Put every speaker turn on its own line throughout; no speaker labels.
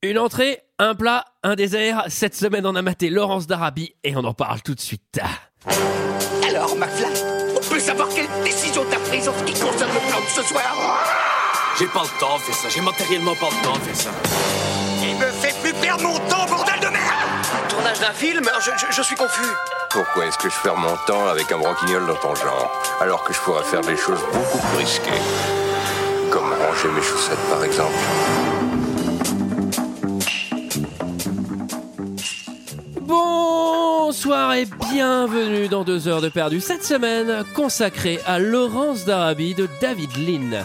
Une entrée, un plat, un désert. Cette semaine, on a maté Laurence d'Arabie et on en parle tout de suite.
Alors, McFly, on peut savoir quelle décision t'as prise en ce qui concerne le plan de ce soir
J'ai pas le temps de faire ça. J'ai matériellement pas le temps de faire ça.
Il me fait plus perdre mon temps, bordel de merde
Tournage d'un film euh, je, je- je suis confus.
Pourquoi est-ce que je perds mon temps avec un branquignol dans ton genre Alors que je pourrais faire des choses beaucoup plus risquées. Comme ranger mes chaussettes par exemple.
Bonsoir et bienvenue dans deux heures de perdu. Cette semaine, consacrée à Laurence d'Arabie de David Lynn.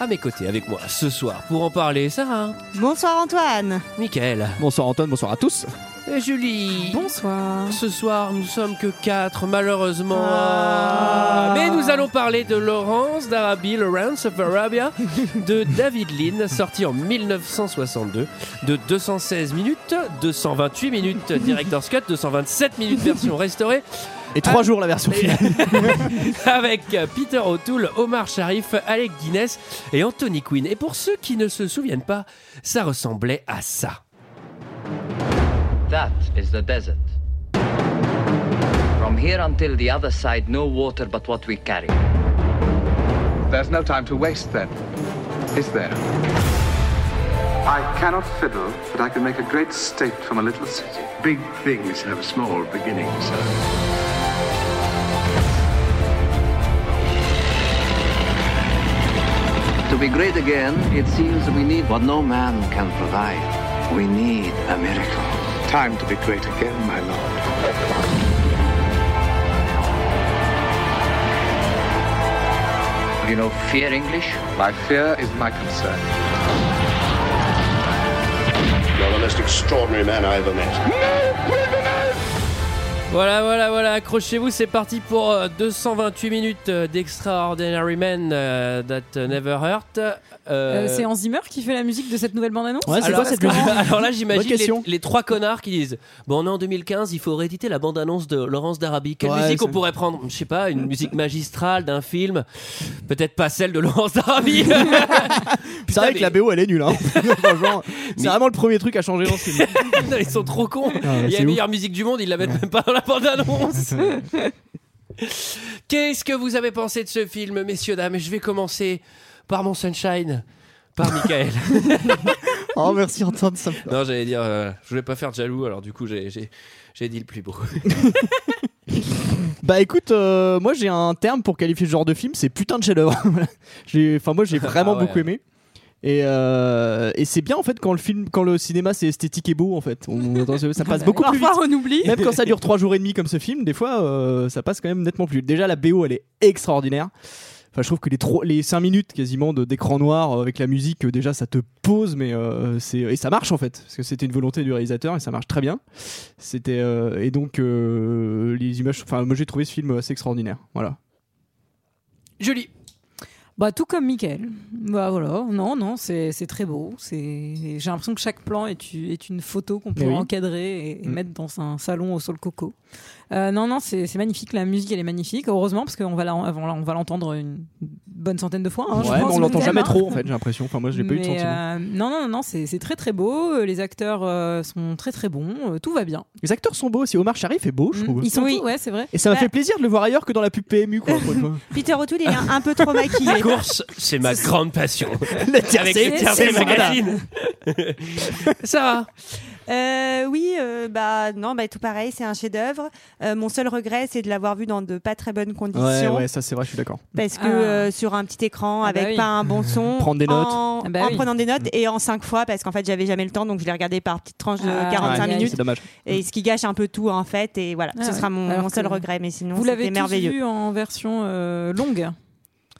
À mes côtés, avec moi ce soir, pour en parler, Sarah,
Bonsoir Antoine.
Michael
Bonsoir Antoine, bonsoir à tous.
et Julie.
Hein.
Bonsoir.
Ce soir, nous sommes que quatre, malheureusement.
Ah.
Mais nous allons parler de Laurence d'Arabie, Lawrence of Arabia, de David Lynn, sorti en 1962, de 216 minutes, 228 minutes director's cut, 227 minutes version restaurée, Ah.
Et trois jours la version finale.
avec Peter O'Toole, Omar Sharif, Alec Guinness et Anthony Quinn. Et pour ceux qui ne se souviennent pas, ça ressemblait à ça.
That is the desert. From here until the other side, no water but what we carry.
There's no time to waste then, is there? I cannot fiddle, but I can make a great state from a little city. Big things have small beginnings.
To be great again, it seems we need what no man can provide. We need a miracle.
Time to be great again, my lord.
You know, fear English?
My fear is my concern.
You're the most extraordinary man I ever met.
Voilà, voilà, voilà, accrochez-vous, c'est parti pour euh, 228 minutes euh, d'Extraordinary Men euh, That Never Hurt. Euh,
c'est Hans Zimmer qui fait la musique de cette nouvelle bande-annonce
Ouais, c'est
alors,
quoi cette musique
alors là, j'imagine
Bonne
les,
question.
les trois connards qui disent Bon, on est en 2015, il faut rééditer la bande-annonce de Laurence d'Arabie. Quelle
Ouais,
musique on
c'est-
pourrait prendre Je sais pas, une musique magistrale d'un film Peut-être pas celle de Laurence d'Arabie
C'est vrai que la BO elle est nulle. Hein. Franchement,
Mais-
c'est vraiment le premier truc à changer dans ce film.
Non, Ils sont trop cons
Ah,
Il y a
c'est
la
ouf.
meilleure musique du monde, ils la mettent même pas dans la bande-annonce. Qu'est-ce que vous avez pensé de ce film, messieurs, dames Je vais commencer par mon sunshine. Par Michael.
Oh merci Antoine, ça me-
non, j'allais dire, euh, je voulais pas faire de jaloux, alors du coup, j'ai, j'ai, j'ai dit le plus beau.
Bah écoute, euh, moi j'ai un terme pour qualifier ce genre de film, c'est putain de chef-d'œuvre. Voilà. J'ai- enfin moi j'ai
Ah
vraiment
ouais.
beaucoup aimé. Et, euh, et c'est bien en fait quand le film, quand le cinéma c'est esthétique et beau en fait. On- attends, ça passe beaucoup plus vite.
Parfois on oublie.
Même quand ça dure 3 jours et demi comme ce film, des fois euh, ça passe quand même nettement plus. vite. Déjà la BO elle est extraordinaire. Enfin je trouve que les, trois- les 5 minutes quasiment de- d'écran noir euh, avec la musique euh, déjà ça te pose mais euh, c'est et ça marche en fait parce que c'était une volonté du réalisateur et ça marche très bien. C'était euh, et donc euh, les images enfin moi j'ai trouvé ce film assez extraordinaire. Voilà.
Julie.
Bah tout comme Michael. Bah voilà. Non non, c'est c'est très beau. C'est j'ai l'impression que chaque plan est, u- est une photo qu'on peut
Eh oui.
encadrer et, et
Mm.
mettre dans un salon au sol coco. Euh, non non, c'est c'est magnifique. La musique elle est magnifique. Heureusement parce qu'on va la- on va l'entendre une bonne centaine de fois. hein, je
Ouais, mais
pense,
on l'entend
même,
jamais
hein.
trop en fait, j'ai l'impression. Enfin moi j'ai pas eu de
Mais,
sentiment.
euh, non, non, non, non, c'est c'est très très beau. Euh, Les acteurs euh, sont très très bons. Euh, tout va bien.
Les acteurs sont beaux aussi, Omar Sharif est beau, je trouve.
Ils sont tous- ouais, c'est vrai.
Et ça m'a
Bah,
fait plaisir de le voir ailleurs que dans la pub PMU quoi. pour une fois.
Peter O'Toole, il est un peu trop
La
maquillé.
course, c'est ma grande passion.
La tierce-
Avec les
c'est-
terres
c'est
des
mon
magazines. Sarah.
Euh, oui, euh, bah non, bah tout pareil, c'est un chef-d'œuvre. Euh, mon seul regret, c'est de l'avoir vu dans de pas très bonnes
Ouais,
conditions,
ouais, ça c'est vrai, je suis d'accord.
parce que
Ah.
euh, sur un petit écran
Ah bah
avec
oui.
pas un bon son,
Prendre des notes.
en,
Ah bah
en
oui.
prenant des notes et en cinq fois, parce qu'en fait j'avais jamais le temps, donc je l'ai regardé par petite tranche de
Ah,
45
ouais.
C'est
minutes,
dommage. Mm.
et ce qui gâche un peu tout en fait, et voilà,
Ah
ce
ouais.
sera mon,
Alors
mon seul
que
regret, mais sinon
Vous l'avez
c'était
tous
merveilleux.
vu en version euh, longue,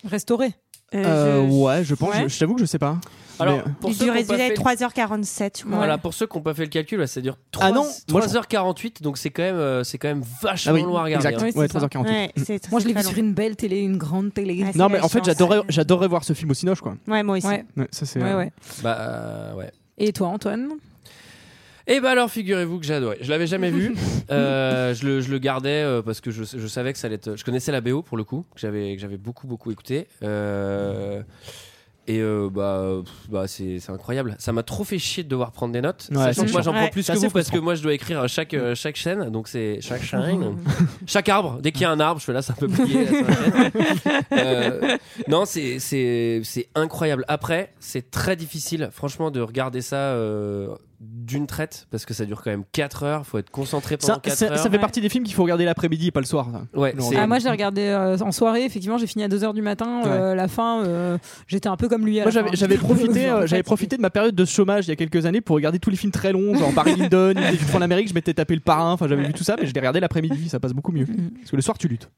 restaurée.
Euh, ouais, je pense.
Ouais.
Je, je t'avoue que je sais pas.
Alors,
Mais-
pour
Il
ceux qui ont
durait
pas fait-
3h47, je crois.
Voilà, pour ceux qui n'ont pas fait le calcul, là, ça dure 3,
Ah non, moi, je-
h 48 donc c'est quand même, euh, c'est quand même vachement
Ah oui,
long à regarder.
exact.
hein.
Oui, c'est
ouais,
ça.
3h48.
Ouais, c'est
Moi, je l'ai
très
vu
long.
sur une belle télé, une grande télé.
Ah, c'est
Non,
la
mais en fait,
chance.
j'adorais, j'adorerais voir ce film au Cinoche, quoi.
Ouais, moi aussi.
Ouais,
Ouais, ça c'est.
ouais, ouais.
Bah, euh, ouais.
Et toi, Antoine
Et bah alors figurez-vous que j'ai adoré. Je l'avais jamais vu. Euh, je, le, je le gardais euh, parce que je, je savais que ça allait être. Je connaissais la BO pour le coup, que j'avais que j'avais beaucoup beaucoup écouté. Euh, Et euh, bah, euh, pff, bah c'est c'est incroyable. Ça m'a trop fait chier de devoir prendre des notes.
Ouais,
Sachant
c'est
que moi
chiant.
j'en prends
Ouais.
plus
C'est
que
assez
vous parce que
frustrant.
moi je dois écrire à chaque euh, chaque chaîne. Donc c'est chaque chaîne, chaque arbre. Dès qu'il y a un arbre, je fais là c'est un peu plié. là, c'est un chêne. Euh, non, c'est c'est c'est incroyable. Après, c'est très difficile, franchement, de regarder ça euh, d'une traite parce que ça dure quand même 4 heures. Faut être concentré pendant
Ça,
4
ça-
heures.
ça fait partie des films qu'il faut regarder l'après-midi et pas le soir. ça.
Ouais,
Le
c'est-
lendemain.
Ah, moi, j'ai regardé euh, en soirée. Effectivement, j'ai fini à 2h du matin. euh, La fin, euh, j'étais un peu comme lui. à
Moi,
la
j'avais-
fin.
j'avais profité, euh,
Fatiguée.
j'avais profité de ma période de chômage il y a quelques années pour regarder tous les films très longs, genre Barry Lyndon, Une Étude sur l'Amérique. Je m'étais tapé le parrain, enfin j'avais vu tout ça, mais je l'ai regardé l'après-midi, ça passe beaucoup mieux.
Mm.
Parce que le soir, tu luttes.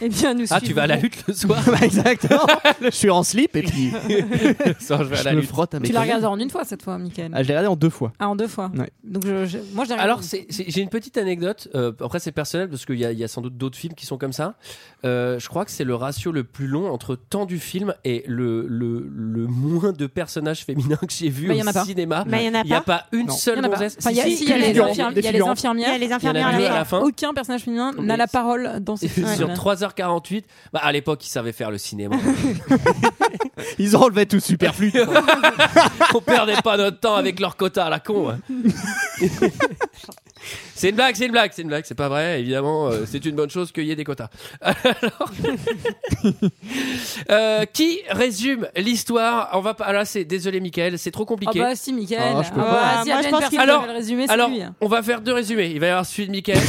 Eh bien, nous
Ah, tu vas à la
suivrons-
lutte le soir.
Bah, exactement. je suis en slip et puis
le soir, je vais à la
je me
lutte.
frotte. à mes
Tu l'as
collègues.
regardé en une fois cette fois, Michael.
Ah, je l'ai regardé en deux fois.
Ah, en deux fois.
Ouais.
Donc, je, je- moi, j'ai regardé-
Alors, c'est- c'est- j'ai une petite anecdote. Euh, après, c'est personnel parce qu'il y, a- il y a sans doute d'autres films qui sont comme ça. Euh, je crois que c'est le ratio le plus long entre temps du film et le, le, le moins de personnages féminins que j'ai vu
Bah, il y en a
au
pas.
cinéma.
Mais il y en a
Il n'y a
pas.
pas une
Non.
Il
seule
y en a pas.
gonzesse.
Enfin, il y a-
Si,
si, il y a
si,
les
il y en a-
infirmières- il y a les
Défigurant.
Il y a
infirmières.
les
Il y en
infirmières
a
à
deux
la
à
fin.
la fin.
Aucun personnage féminin
Mais
n'a la
c'est-
parole dans ces films.
Sur 3h48, bah, à l'époque, ils savaient faire le cinéma.
Ils enlevaient tout superflu.
On perdait pas notre temps avec leur quota à la con. hein. c'est une blague, c'est une blague, c'est une blague, c'est pas vrai. Évidemment, euh, c'est une bonne chose qu'il y ait des quotas. Alors, euh, qui résume l'histoire On va pas. ah Là, c'est désolé, Michael, c'est trop
Ah
compliqué.
bah si, Michael.
Ah, je peux
Ah
pas.
bah,
Ah, moi,
si, il y a
je
bien une
pense
personne
qu'il-
qui
Alors-
va le résumer, c'est
Alors,
lui.
on va faire deux résumés. Il va y avoir celui de Michael.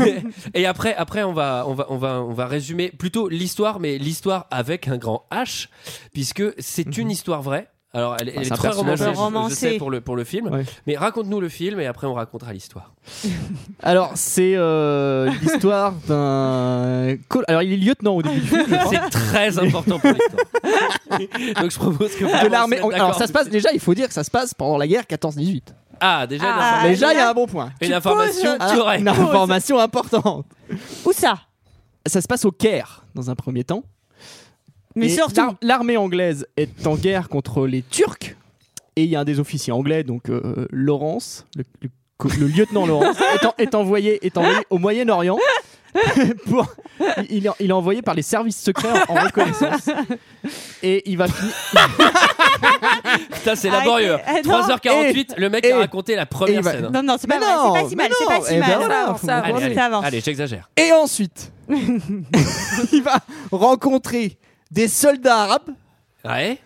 et après, après, on va, on va, on va, on va résumer plutôt l'histoire, mais l'histoire avec un grand H, puisque c'est une histoire vraie. Alors, elle, elle
Mhm. Ah, c'est
est
un
très
personnage
romancée, je- je
romancé.
sais, pour le, pour le film.
Ouais.
Mais raconte-nous le film et après, on racontera l'histoire.
Alors, c'est euh, l'histoire d'un. col- Alors, il est lieutenant au début du film. je crois.
C'est très important pour l'histoire. Donc, je propose que
De l'armée. Oh, Alors, ça se passe déjà, il faut dire que ça se passe pendant la guerre 14-18.
Ah, déjà, une
Ah,
informa-
déjà, il y a un bon point.
une information
Ah,
correcte.
une information importante.
Où ça
Ça se passe au Caire, dans un premier temps.
Mais
Et
surtout.
l'ar- L'armée anglaise est en guerre contre les Turcs. Et il y a un des officiers anglais, donc euh, Laurence, le, le co- le lieutenant Laurence, est, en- est envoyé, est envoyé au Moyen-Orient. pour- il, il est- il est envoyé par les services secrets en, en reconnaissance. Et il va finir.
Putain, c'est laborieux.
Ah,
Arrêtez. Eh, non.
3h48, le mec
Eh.
a raconté la
Eh,
première
bah,
scène.
Non, non, c'est pas
Mais
vrai,
non,
c'est pas si mal,
mais
c'est pas
non,
si
eh
mal.
ben voilà,
ça avance,
faut
ça avance.
Allez, allez,
Ça avance.
allez, j'exagère.
Et ensuite, il va rencontrer des soldats arabes
Ouais.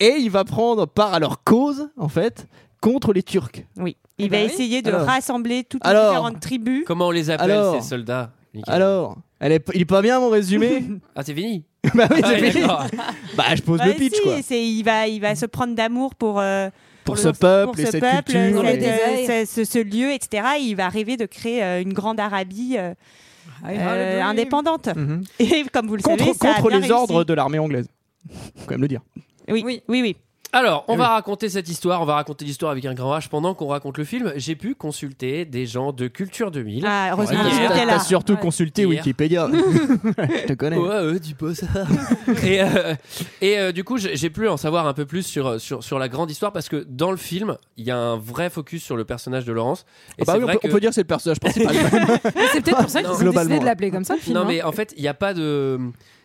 et il va prendre part à leur cause, en fait, contre les Turcs.
Oui. Il
Eh ben
va
oui.
essayer de
Alors.
rassembler toutes les
Alors.
différentes tribus.
Comment on les appelle
Alors.
ces soldats Michael
Alors, elle est, il est pas bien mon résumé
Ah, c'est fini
Bah oui,
Ah,
c'est fini.
d'accord.
Bah je pose
Bah
le pitch
si,
quoi.
c'est- il va, il va se prendre d'amour pour, euh,
Pour
le-
ce peuple
pour
et
ce
cette
peuple,
culture.
cette,
et-
euh, ce, ce- ce lieu, etc. Et il va rêver de créer euh, une grande Arabie euh, euh, indépendante.
Mhm.
Et comme vous le
Contre,
savez, ça a
contre
bien
les
réussi.
ordres de l'armée anglaise. Faut quand même le dire.
Oui,
Oui.
oui, oui.
Alors, on
Eh
va raconter cette histoire, on va raconter l'histoire avec un grand H pendant qu'on raconte le film. J'ai pu consulter des gens de Culture 2000.
Ah, heureusement
Ouais,
que
hier,
j'étais
T'as
là.
surtout
Ouais.
consulté
Hier.
Wikipédia. je te connais.
Ouais, ouais, dis pas ça. et euh, et euh, du coup, j'ai j'ai pu en savoir un peu plus sur, euh, sur, sur la grande histoire parce que dans le film, il y a un vrai focus sur le personnage de Laurence. Et
Ah bah
c'est
oui, on,
vrai
peut,
que-
on peut dire que c'est le personnage principal.
Mais C'est peut-être pour ça
Non,
qu'ils ont
globalement,
décidé de
ouais.
l'appeler comme ça, le film.
Non,
hein.
mais en fait, il n'y a pas de.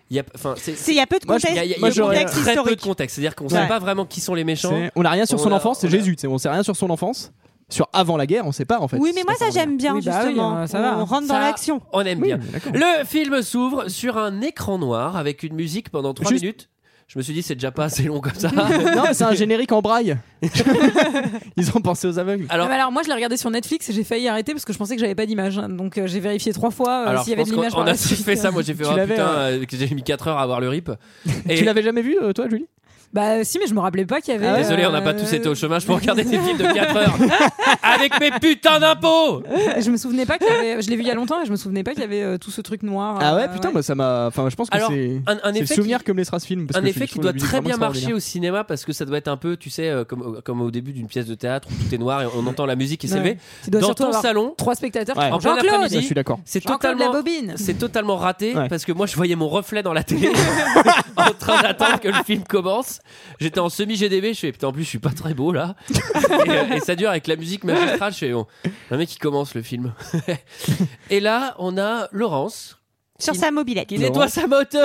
Il y a, enfin, c'est-
C'est- Il y a peu de
Moi, je-
contexte,
il y a- il y a-
de
il y a
contexte
très peu de
historique.
contexte. C'est-à-dire qu'on ne
Ouais.
sait pas vraiment qui sont les méchants.
C'est- on n'a rien sur son
On a-
enfance, c'est
on a-
Jésus. tu sais, On sait rien sur son enfance. Sur avant la guerre, on sait pas en fait.
Oui, mais moi
C'est pas
ça j'aime bien
Oui, bah oui,
justement.
euh, ça va.
On rentre
Ça-
dans l'action.
On aime bien.
Oui, d'accord.
Le film s'ouvre sur un écran noir avec une musique pendant 3
Juste-
minutes. Je me suis dit, c'est déjà pas assez long comme ça.
Non, mais c'est un générique en braille. Ils ont pensé aux aveugles.
Ah,
Alors,
mais alors moi je l'ai regardé sur Netflix et j'ai failli arrêter parce que je pensais que j'avais pas d'image hein. donc euh, j'ai vérifié trois fois euh,
alors
s'il y
je
avait de
pense
l'image
qu'on
par
on a
la
tous
suite.
fait ça. Moi, j'ai fait,
hein. Tu
oh,
l'avais,
putain,
ouais.
euh, que j'ai mis 4 heures à avoir le rip. Et-
Tu l'avais jamais vu euh, toi, Julie
bah si mais je me rappelais pas qu'il y avait
Désolé, on n'a pas
euh,
tous été au chômage pour regarder des films de 4 heures. Avec mes putains d'impôts
je me souvenais pas qu'il y avait je l'ai vu il y a longtemps et je me souvenais pas qu'il y avait euh, tout ce truc noir
Ah ouais,
euh,
putain, moi ça m'a. Enfin, je pense que
Alors,
c'est.
un- un
c'est le
effet
souvenir
qui-
que me laissera ce film. parce
Un
que je-
effet
je
qui
trouve
doit
la musique
très
vraiment
bien marcher
extraordinaire.
au cinéma parce que ça doit être un peu, tu sais, euh, comme, comme au début d'une pièce de théâtre où tout est noir et on entend la musique qui
Ouais.
s'élever.
Tu dois
Dans
surtout
ton
avoir
salon,
trois spectateurs qui
Ouais.
font
En plein
Jean-Claude
Ouais, Je suis d'accord.
c'est
Jean-Claude la
totalement
bobine
C'est totalement raté
Ouais.
parce que moi je voyais mon reflet dans la télé en train d'attendre que le film commence. J'étais en semi GDB, je fais putain en plus je suis pas très beau là. et, euh, et ça dure avec la musique magistrale, je fais bon, un mec qui commence le film. et là on a Laurence
Sur
Il-
sa mobilette.
qui nettoie sa moto.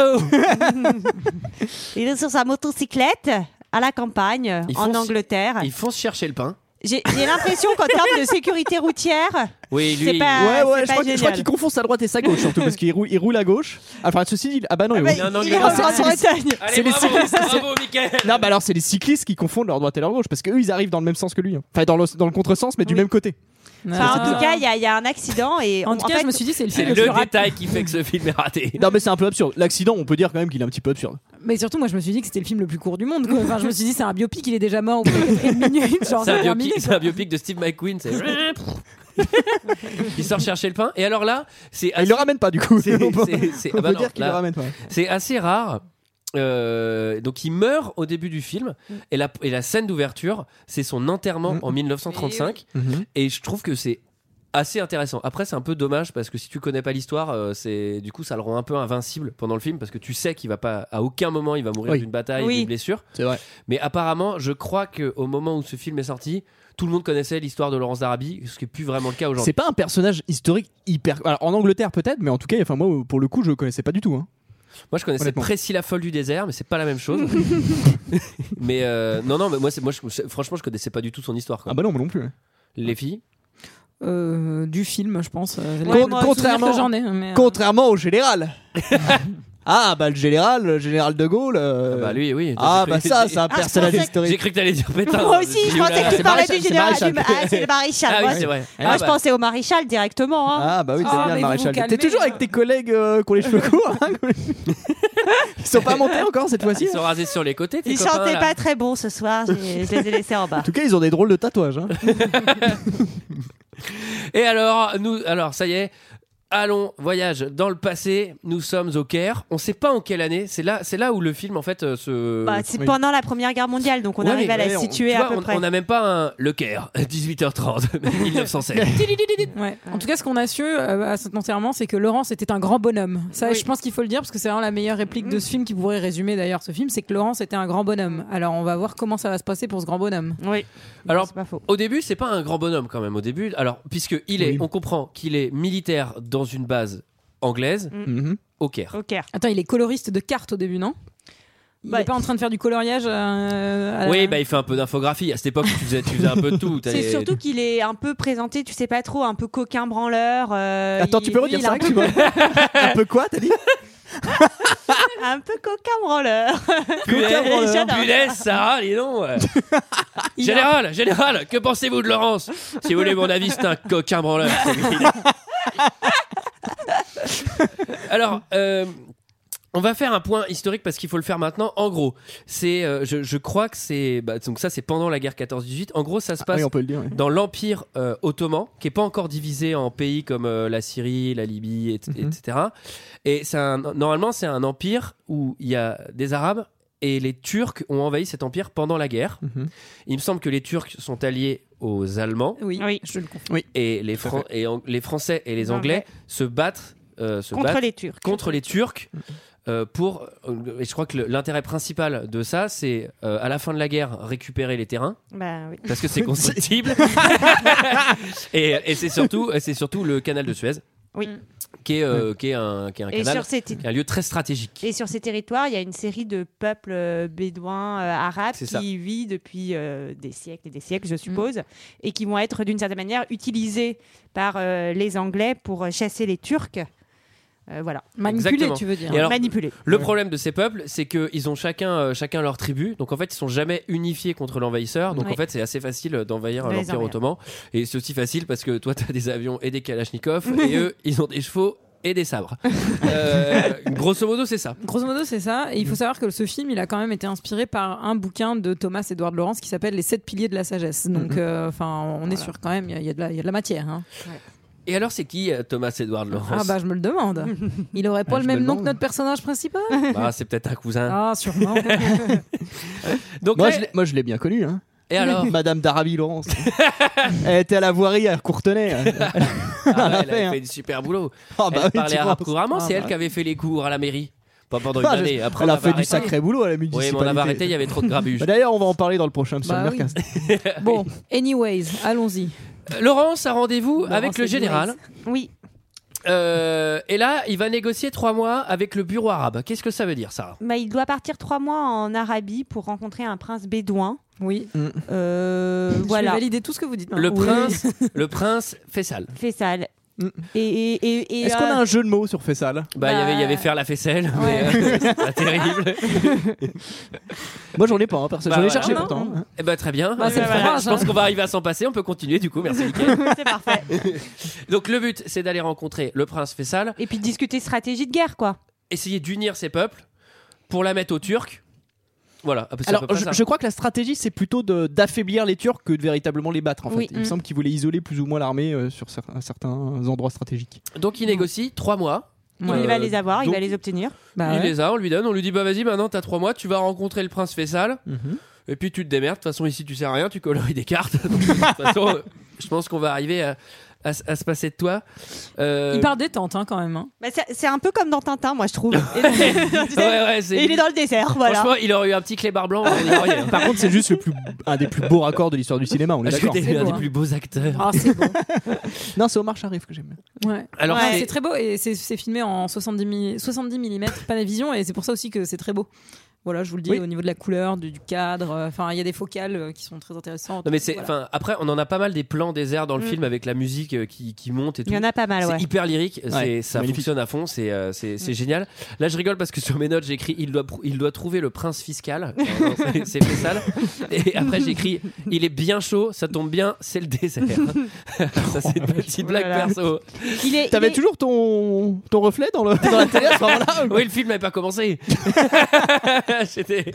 Il est sur sa motocyclette à la campagne,
Ils
en
foncent-
Angleterre.
Ils foncent chercher le pain.
J'ai j'ai l'impression qu'en termes de sécurité
Ah
routière,
Oui, lui.
c'est pas.
Ah,
ouais, ouais,
c'est pas
je crois, que- je crois
génial.
qu'il confond sa droite et sa gauche surtout parce qu'il roule, il roule à gauche. Enfin, ceci dit, ah bah non,
Ah
il
bah,
roule.
il est rentré en Bretagne.
c'est les cyclistes.
Bravo, Mickaël.
Non, bah alors c'est les cyclistes qui confondent leur droite et leur gauche parce qu'eux ils arrivent dans le même sens que lui. hein. Enfin, dans le, dans le contresens, mais du même côté.
Enfin, en tout cas, il y, a- il y a un accident et
En
on-
Euh, tout cas,
fait,
je me suis dit, c'est le
C'est
film
le
le plus rapide.
détail qui fait que ce film est raté.
Non, mais c'est un peu absurde. L'accident, on peut dire quand même qu'il est un petit peu absurde.
Mais surtout, moi, je me suis dit que c'était le film le plus court du monde. quoi. Enfin, je me suis dit, c'est un biopic, il est déjà mort au bout de quatre minutes. Genre,
C'est un,
c'est
biopic-
terminé,
c'est
quoi.
un biopic de Steve McQueen. c'est- il sort chercher le pain. Et alors là, c'est
Il
assez,
le ramène pas du coup.
Ah, c'est-
on peut,
c'est- c'est-
on
ah bah
peut
non,
dire qu'il
là-
le ramène pas.
c'est assez rare. Euh, donc il meurt au début du film et la, et la scène d'ouverture c'est son enterrement
Mm.
en 1935
Mhm.
et je trouve que c'est assez intéressant après c'est un peu dommage parce que si tu connais pas l'histoire euh, c'est du coup ça le rend un peu invincible pendant le film parce que tu sais qu'il va pas à aucun moment il va mourir
Oui.
d'une bataille
Oui.
d'une blessure
C'est vrai.
mais apparemment je crois que au moment où ce film est sorti tout le monde connaissait l'histoire de Laurence d'Arabie ce qui est plus vraiment le cas
C'est
aujourd'hui
pas un personnage historique hyper. Alors, en Angleterre peut-être, mais en tout cas, enfin moi pour le coup, je le connaissais pas du tout. hein.
moi je connaissais
Honnêtement.
Priscilla folle du désert mais c'est pas la même chose mais euh, non non mais moi, c'est- moi je- franchement je connaissais pas du tout son histoire quoi.
Ah bah non, moi non plus.
les filles
Euh, du film, je pense. Euh, les
Con-
souvenirs que
contrairement-
j'en ai,
Ah.
mais, euh,
Contrairement au général. ah bah le général, le général de Gaulle. euh,
Ah bah lui, oui.
Ah
J'ai
bah
cru-
ça, c'est un
Ah, je
personnage
pensais-
J'ai
historique.
cru que t'allais dire pétard.
Moi aussi, je pensais que tu
c'est
parlais
maréchal,
du
c'est
général.
maréchal.
du ma- Ah, c'est le maréchal.
Ah
moi,
oui, c'est vrai.
moi,
Ah
je
bah,
pensais au maréchal directement. hein.
Ah bah oui, t'es
Ah,
bien le
mais vous vous
maréchal.
calmez,
T'es toujours avec tes collègues euh, qui ont les cheveux courts. hein, comme- Ils sont pas montés encore cette fois-ci.
Ah, Ils sont rasés sur les côtés. tes
Ils
copains,
chantaient
là.
pas très bon ce soir. j'ai- Je les ai laissés en bas.
hein. En tout cas, ils ont des drôles de tatouages. hein.
Et alors, nous, alors ça y est. Allons, voyage dans le passé. Nous sommes au Caire. On sait pas en quelle année. C'est là, c'est là où le film en fait euh, se.
Bah, c'est
oui.
pendant la Première Guerre mondiale, donc on
Ouais,
arrive
mais-
à la
mais on-
situer
Tu
à
vois,
peu
on-
près.
on n'a même pas un Le Caire, 18h30, 1907.
euh, ouais. En tout cas, ce qu'on a su euh, à cet enterrement, c'est que Laurence était un grand bonhomme. Ça,
Oui.
je pense qu'il faut le dire parce que c'est vraiment la meilleure réplique de ce film qui pourrait résumer d'ailleurs ce film, c'est que Laurence était un grand bonhomme. Alors, on va voir comment ça va se passer pour ce grand bonhomme.
Oui.
Alors,
c'est pas faux.
Au début, c'est pas un grand bonhomme quand même. Au début, alors puisque il est,
Oui.
on comprend qu'il est militaire dans une base anglaise
Mhm.
au Caire.
Ok.
Attends, il est coloriste de cartes au début, non Il
Bah,
est pas en train de faire du coloriage euh, à la-
Oui, bah il fait un peu d'infographie. À cette époque, tu faisais, tu faisais un peu de tout.
C'est
T'avais-
surtout qu'il est un peu présenté, tu sais pas trop, un peu coquin branleur. euh,
Attends,
il-
tu peux
lui,
redire
il est
ça Maxime Un peu quoi, t'as dit
Un peu coquin branleur.
Coquin branleur.
J'adore.
Punaise, Sarah, dis donc euh.
Il a-
Général, général, que pensez-vous de Laurence Si vous voulez mon avis, c'est un coquin branleur. celui-là. Alors, euh, on va faire un point historique parce qu'il faut le faire maintenant. En gros, c'est, euh, je, je crois que c'est, bah, donc ça c'est pendant la guerre 14-18. En gros, ça se
Ah
passe
Oui, on peut le dire. oui.
dans l'empire euh, ottoman, qui est pas encore divisé en pays comme euh, la Syrie, la Libye, et-
Mhm.
etc. Et c'est un- normalement, c'est un empire où il y a des Arabes et les Turcs ont envahi cet empire pendant la guerre.
Mhm.
Il me semble que les Turcs sont alliés aux Allemands
Oui,
Oui.
je le confirme.
et les, Fran- et en- les Français et les Anglais se battent, euh, se
Contre
battent
les Turcs.
contre les Turcs.
Mhm.
euh, pour, euh, et je crois que le- l'intérêt principal de ça, c'est euh, à la fin de la guerre récupérer les terrains
Bah oui.
parce que c'est constructible. et et c'est surtout, et c'est surtout le canal de Suez.
Oui.
Qui est, euh, qui est un, qui est un
Mm. Et
canal,
sur ces t-
qui est un lieu très stratégique.
Et sur ces territoires, il y a une série de peuples euh, bédouins euh, arabes
C'est
qui
ça.
vivent depuis euh, des siècles et des siècles, je suppose, et qui vont être d'une certaine manière utilisés par euh, les Anglais pour euh, chasser les Turcs. Euh, voilà,
Manipulé,
Exactement.
tu veux dire.
Et alors,
manipulés.
le problème de ces peuples, c'est qu'ils ont chacun, euh, chacun leur tribu. Donc en fait, ils sont jamais unifiés contre l'envahisseur. Donc
Oui.
en fait, c'est assez facile euh, d'envahir euh,
Bah,
De les
l'Empire
envahir.
ottoman. Et c'est aussi facile parce que toi, t'as des avions et des kalachnikovs. et eux, ils ont des chevaux et des sabres. Euh, grosso modo, c'est ça.
Grosso modo, c'est ça. Et il faut savoir que ce film, il a quand même été inspiré par un bouquin de Thomas Edward Lawrence qui s'appelle Les Sept Piliers de la Sagesse. Donc, euh, enfin, on est sûr quand même, il y, a- il y a de la- il y a de la matière. hein.
Et alors, c'est qui euh, Thomas Edward
Ah
Lawrence
bah, je me le demande. Il aurait
Ah,
pas le
je me
même
le
nom que
demande.
notre personnage principal
Bah, C'est peut-être un cousin.
Ah, sûrement. Ah.
Donc,
Moi,
là-
je l'ai- moi, je l'ai bien connu. Hein.
et alors
Madame d'Arabie Laurence. Elle était à la voirie à Courtenay.
Ah ouais,
Elle a
elle avait
fait, hein.
fait du super boulot.
Ah
elle
oui, tu
parlait arabe
penses.
couramment,
Ah
c'est elle
bah.
qui avait fait les cours à la mairie. Pas pendant une
Ah, je-
année. Après,
Elle
on
a
l'avait
fait du
arrêté.
sacré boulot à la
Oui,
municipalité.
mais on l'avait arrêté, il y avait trop de grabuge.
Bah, D'ailleurs, on va en parler dans le prochain sur
Bah
le
oui.
Mercast.
bon, anyways, allons-y.
Euh, Laurence a rendez-vous
Laurence
avec le
et
général.
Oui,
Euh, et là, il va négocier trois mois avec le bureau arabe. Qu'est-ce que ça veut dire, Sarah
Bah, il doit partir trois mois en Arabie pour rencontrer un prince bédouin.
Oui.
Euh, voilà.
Je vais valider tout ce que vous dites.
Le prince, le prince Faisal.
Fessal. Et, et, et, et,
Est-ce qu'on a
euh,
un jeu de mots sur Fessal
Bah, il y avait, il y avait faire la faisselle, mais euh, c'est pas terrible.
Moi j'en ai pas, hein, perso.
Bah,
j'en ai
voilà.
cherché
Non,
pourtant.
Eh ben, très bien.
Bah, c'est
Euh,
le
voilà,
fromage,
Je pense
hein.
qu'on va arriver à s'en passer. On peut continuer du coup. Merci, Mickaël.
c'est parfait.
Donc le but, c'est d'aller rencontrer le prince Faisal,
Et puis discuter stratégie de guerre, quoi.
essayer d'unir ses peuples pour la mettre aux Turcs. Voilà. Ah, c'est à peu
Alors
près
je,
ça.
je crois que la stratégie c'est plutôt de- d'affaiblir les Turcs que de véritablement les battre en fait.
Oui,
Il me
mm.
semble qu'ils voulaient isoler plus ou moins l'armée euh, sur cer- certains endroits stratégiques.
Donc il négocie trois mois.
il
Euh,
va les avoir, il
donc-
va les obtenir.
Bah,
il
ouais.
les a, on lui donne, on lui dit bah vas-y maintenant t'as trois mois, tu vas rencontrer le prince Faisal et puis tu te démerdes. De toute façon ici tu sais rien, tu coloris des cartes. Donc, de toute façon, euh, je pense qu'on va arriver à, à s- à se passer de toi. Euh,
Il part détente hein, quand même. hein.
Bah, c'est c'est un peu comme dans Tintin, moi, je trouve. Et, tu sais,
ouais, ouais, c'est-
et il est dans le désert, voilà.
Franchement, il aurait eu un petit clébard blanc. on y aurait-
Par contre c'est juste le plus, un des plus beaux raccords de l'histoire du cinéma. On est
Parce que
d'accord.
t'es
C'est
un
beau,
des
hein.
plus beaux acteurs.
Ah, c'est beau.
Non c'est Omar Sharif que j'aime.
Ouais.
Alors
Ouais,
c'est-
c'est très beau et c'est c'est filmé en 70, mi- 70 mm Panavision et c'est pour ça aussi que c'est très beau. Voilà, je vous le dis
Oui.
au niveau de la couleur, du, du cadre. euh, Enfin, il y a des focales euh, qui sont très intéressantes.
Non mais c'est,
Voilà.
enfin après on en a pas mal des plans déserts dans le
Mm.
film avec la musique euh, qui, qui monte et tout.
Il y en a pas mal,
C'est
Ah, ouais.
hyper lyrique, c'est,
Ouais,
ça
magnifique.
fonctionne à fond, c'est, euh, c'est, c'est génial. Là, je rigole parce que sur mes notes, j'écris il doit, prou- il doit trouver le prince fiscal. Euh, non, c'est, c'est fait sale. Et après, j'écris il est bien chaud, ça tombe bien, c'est le désert. ça, c'est une petite blague
Voilà.
perso.
Il est,
T'avais
il est-
toujours ton, ton reflet dans, le, dans la télé à ce moment-là ou quoi
Oui, le film n'avait pas commencé. J'étais-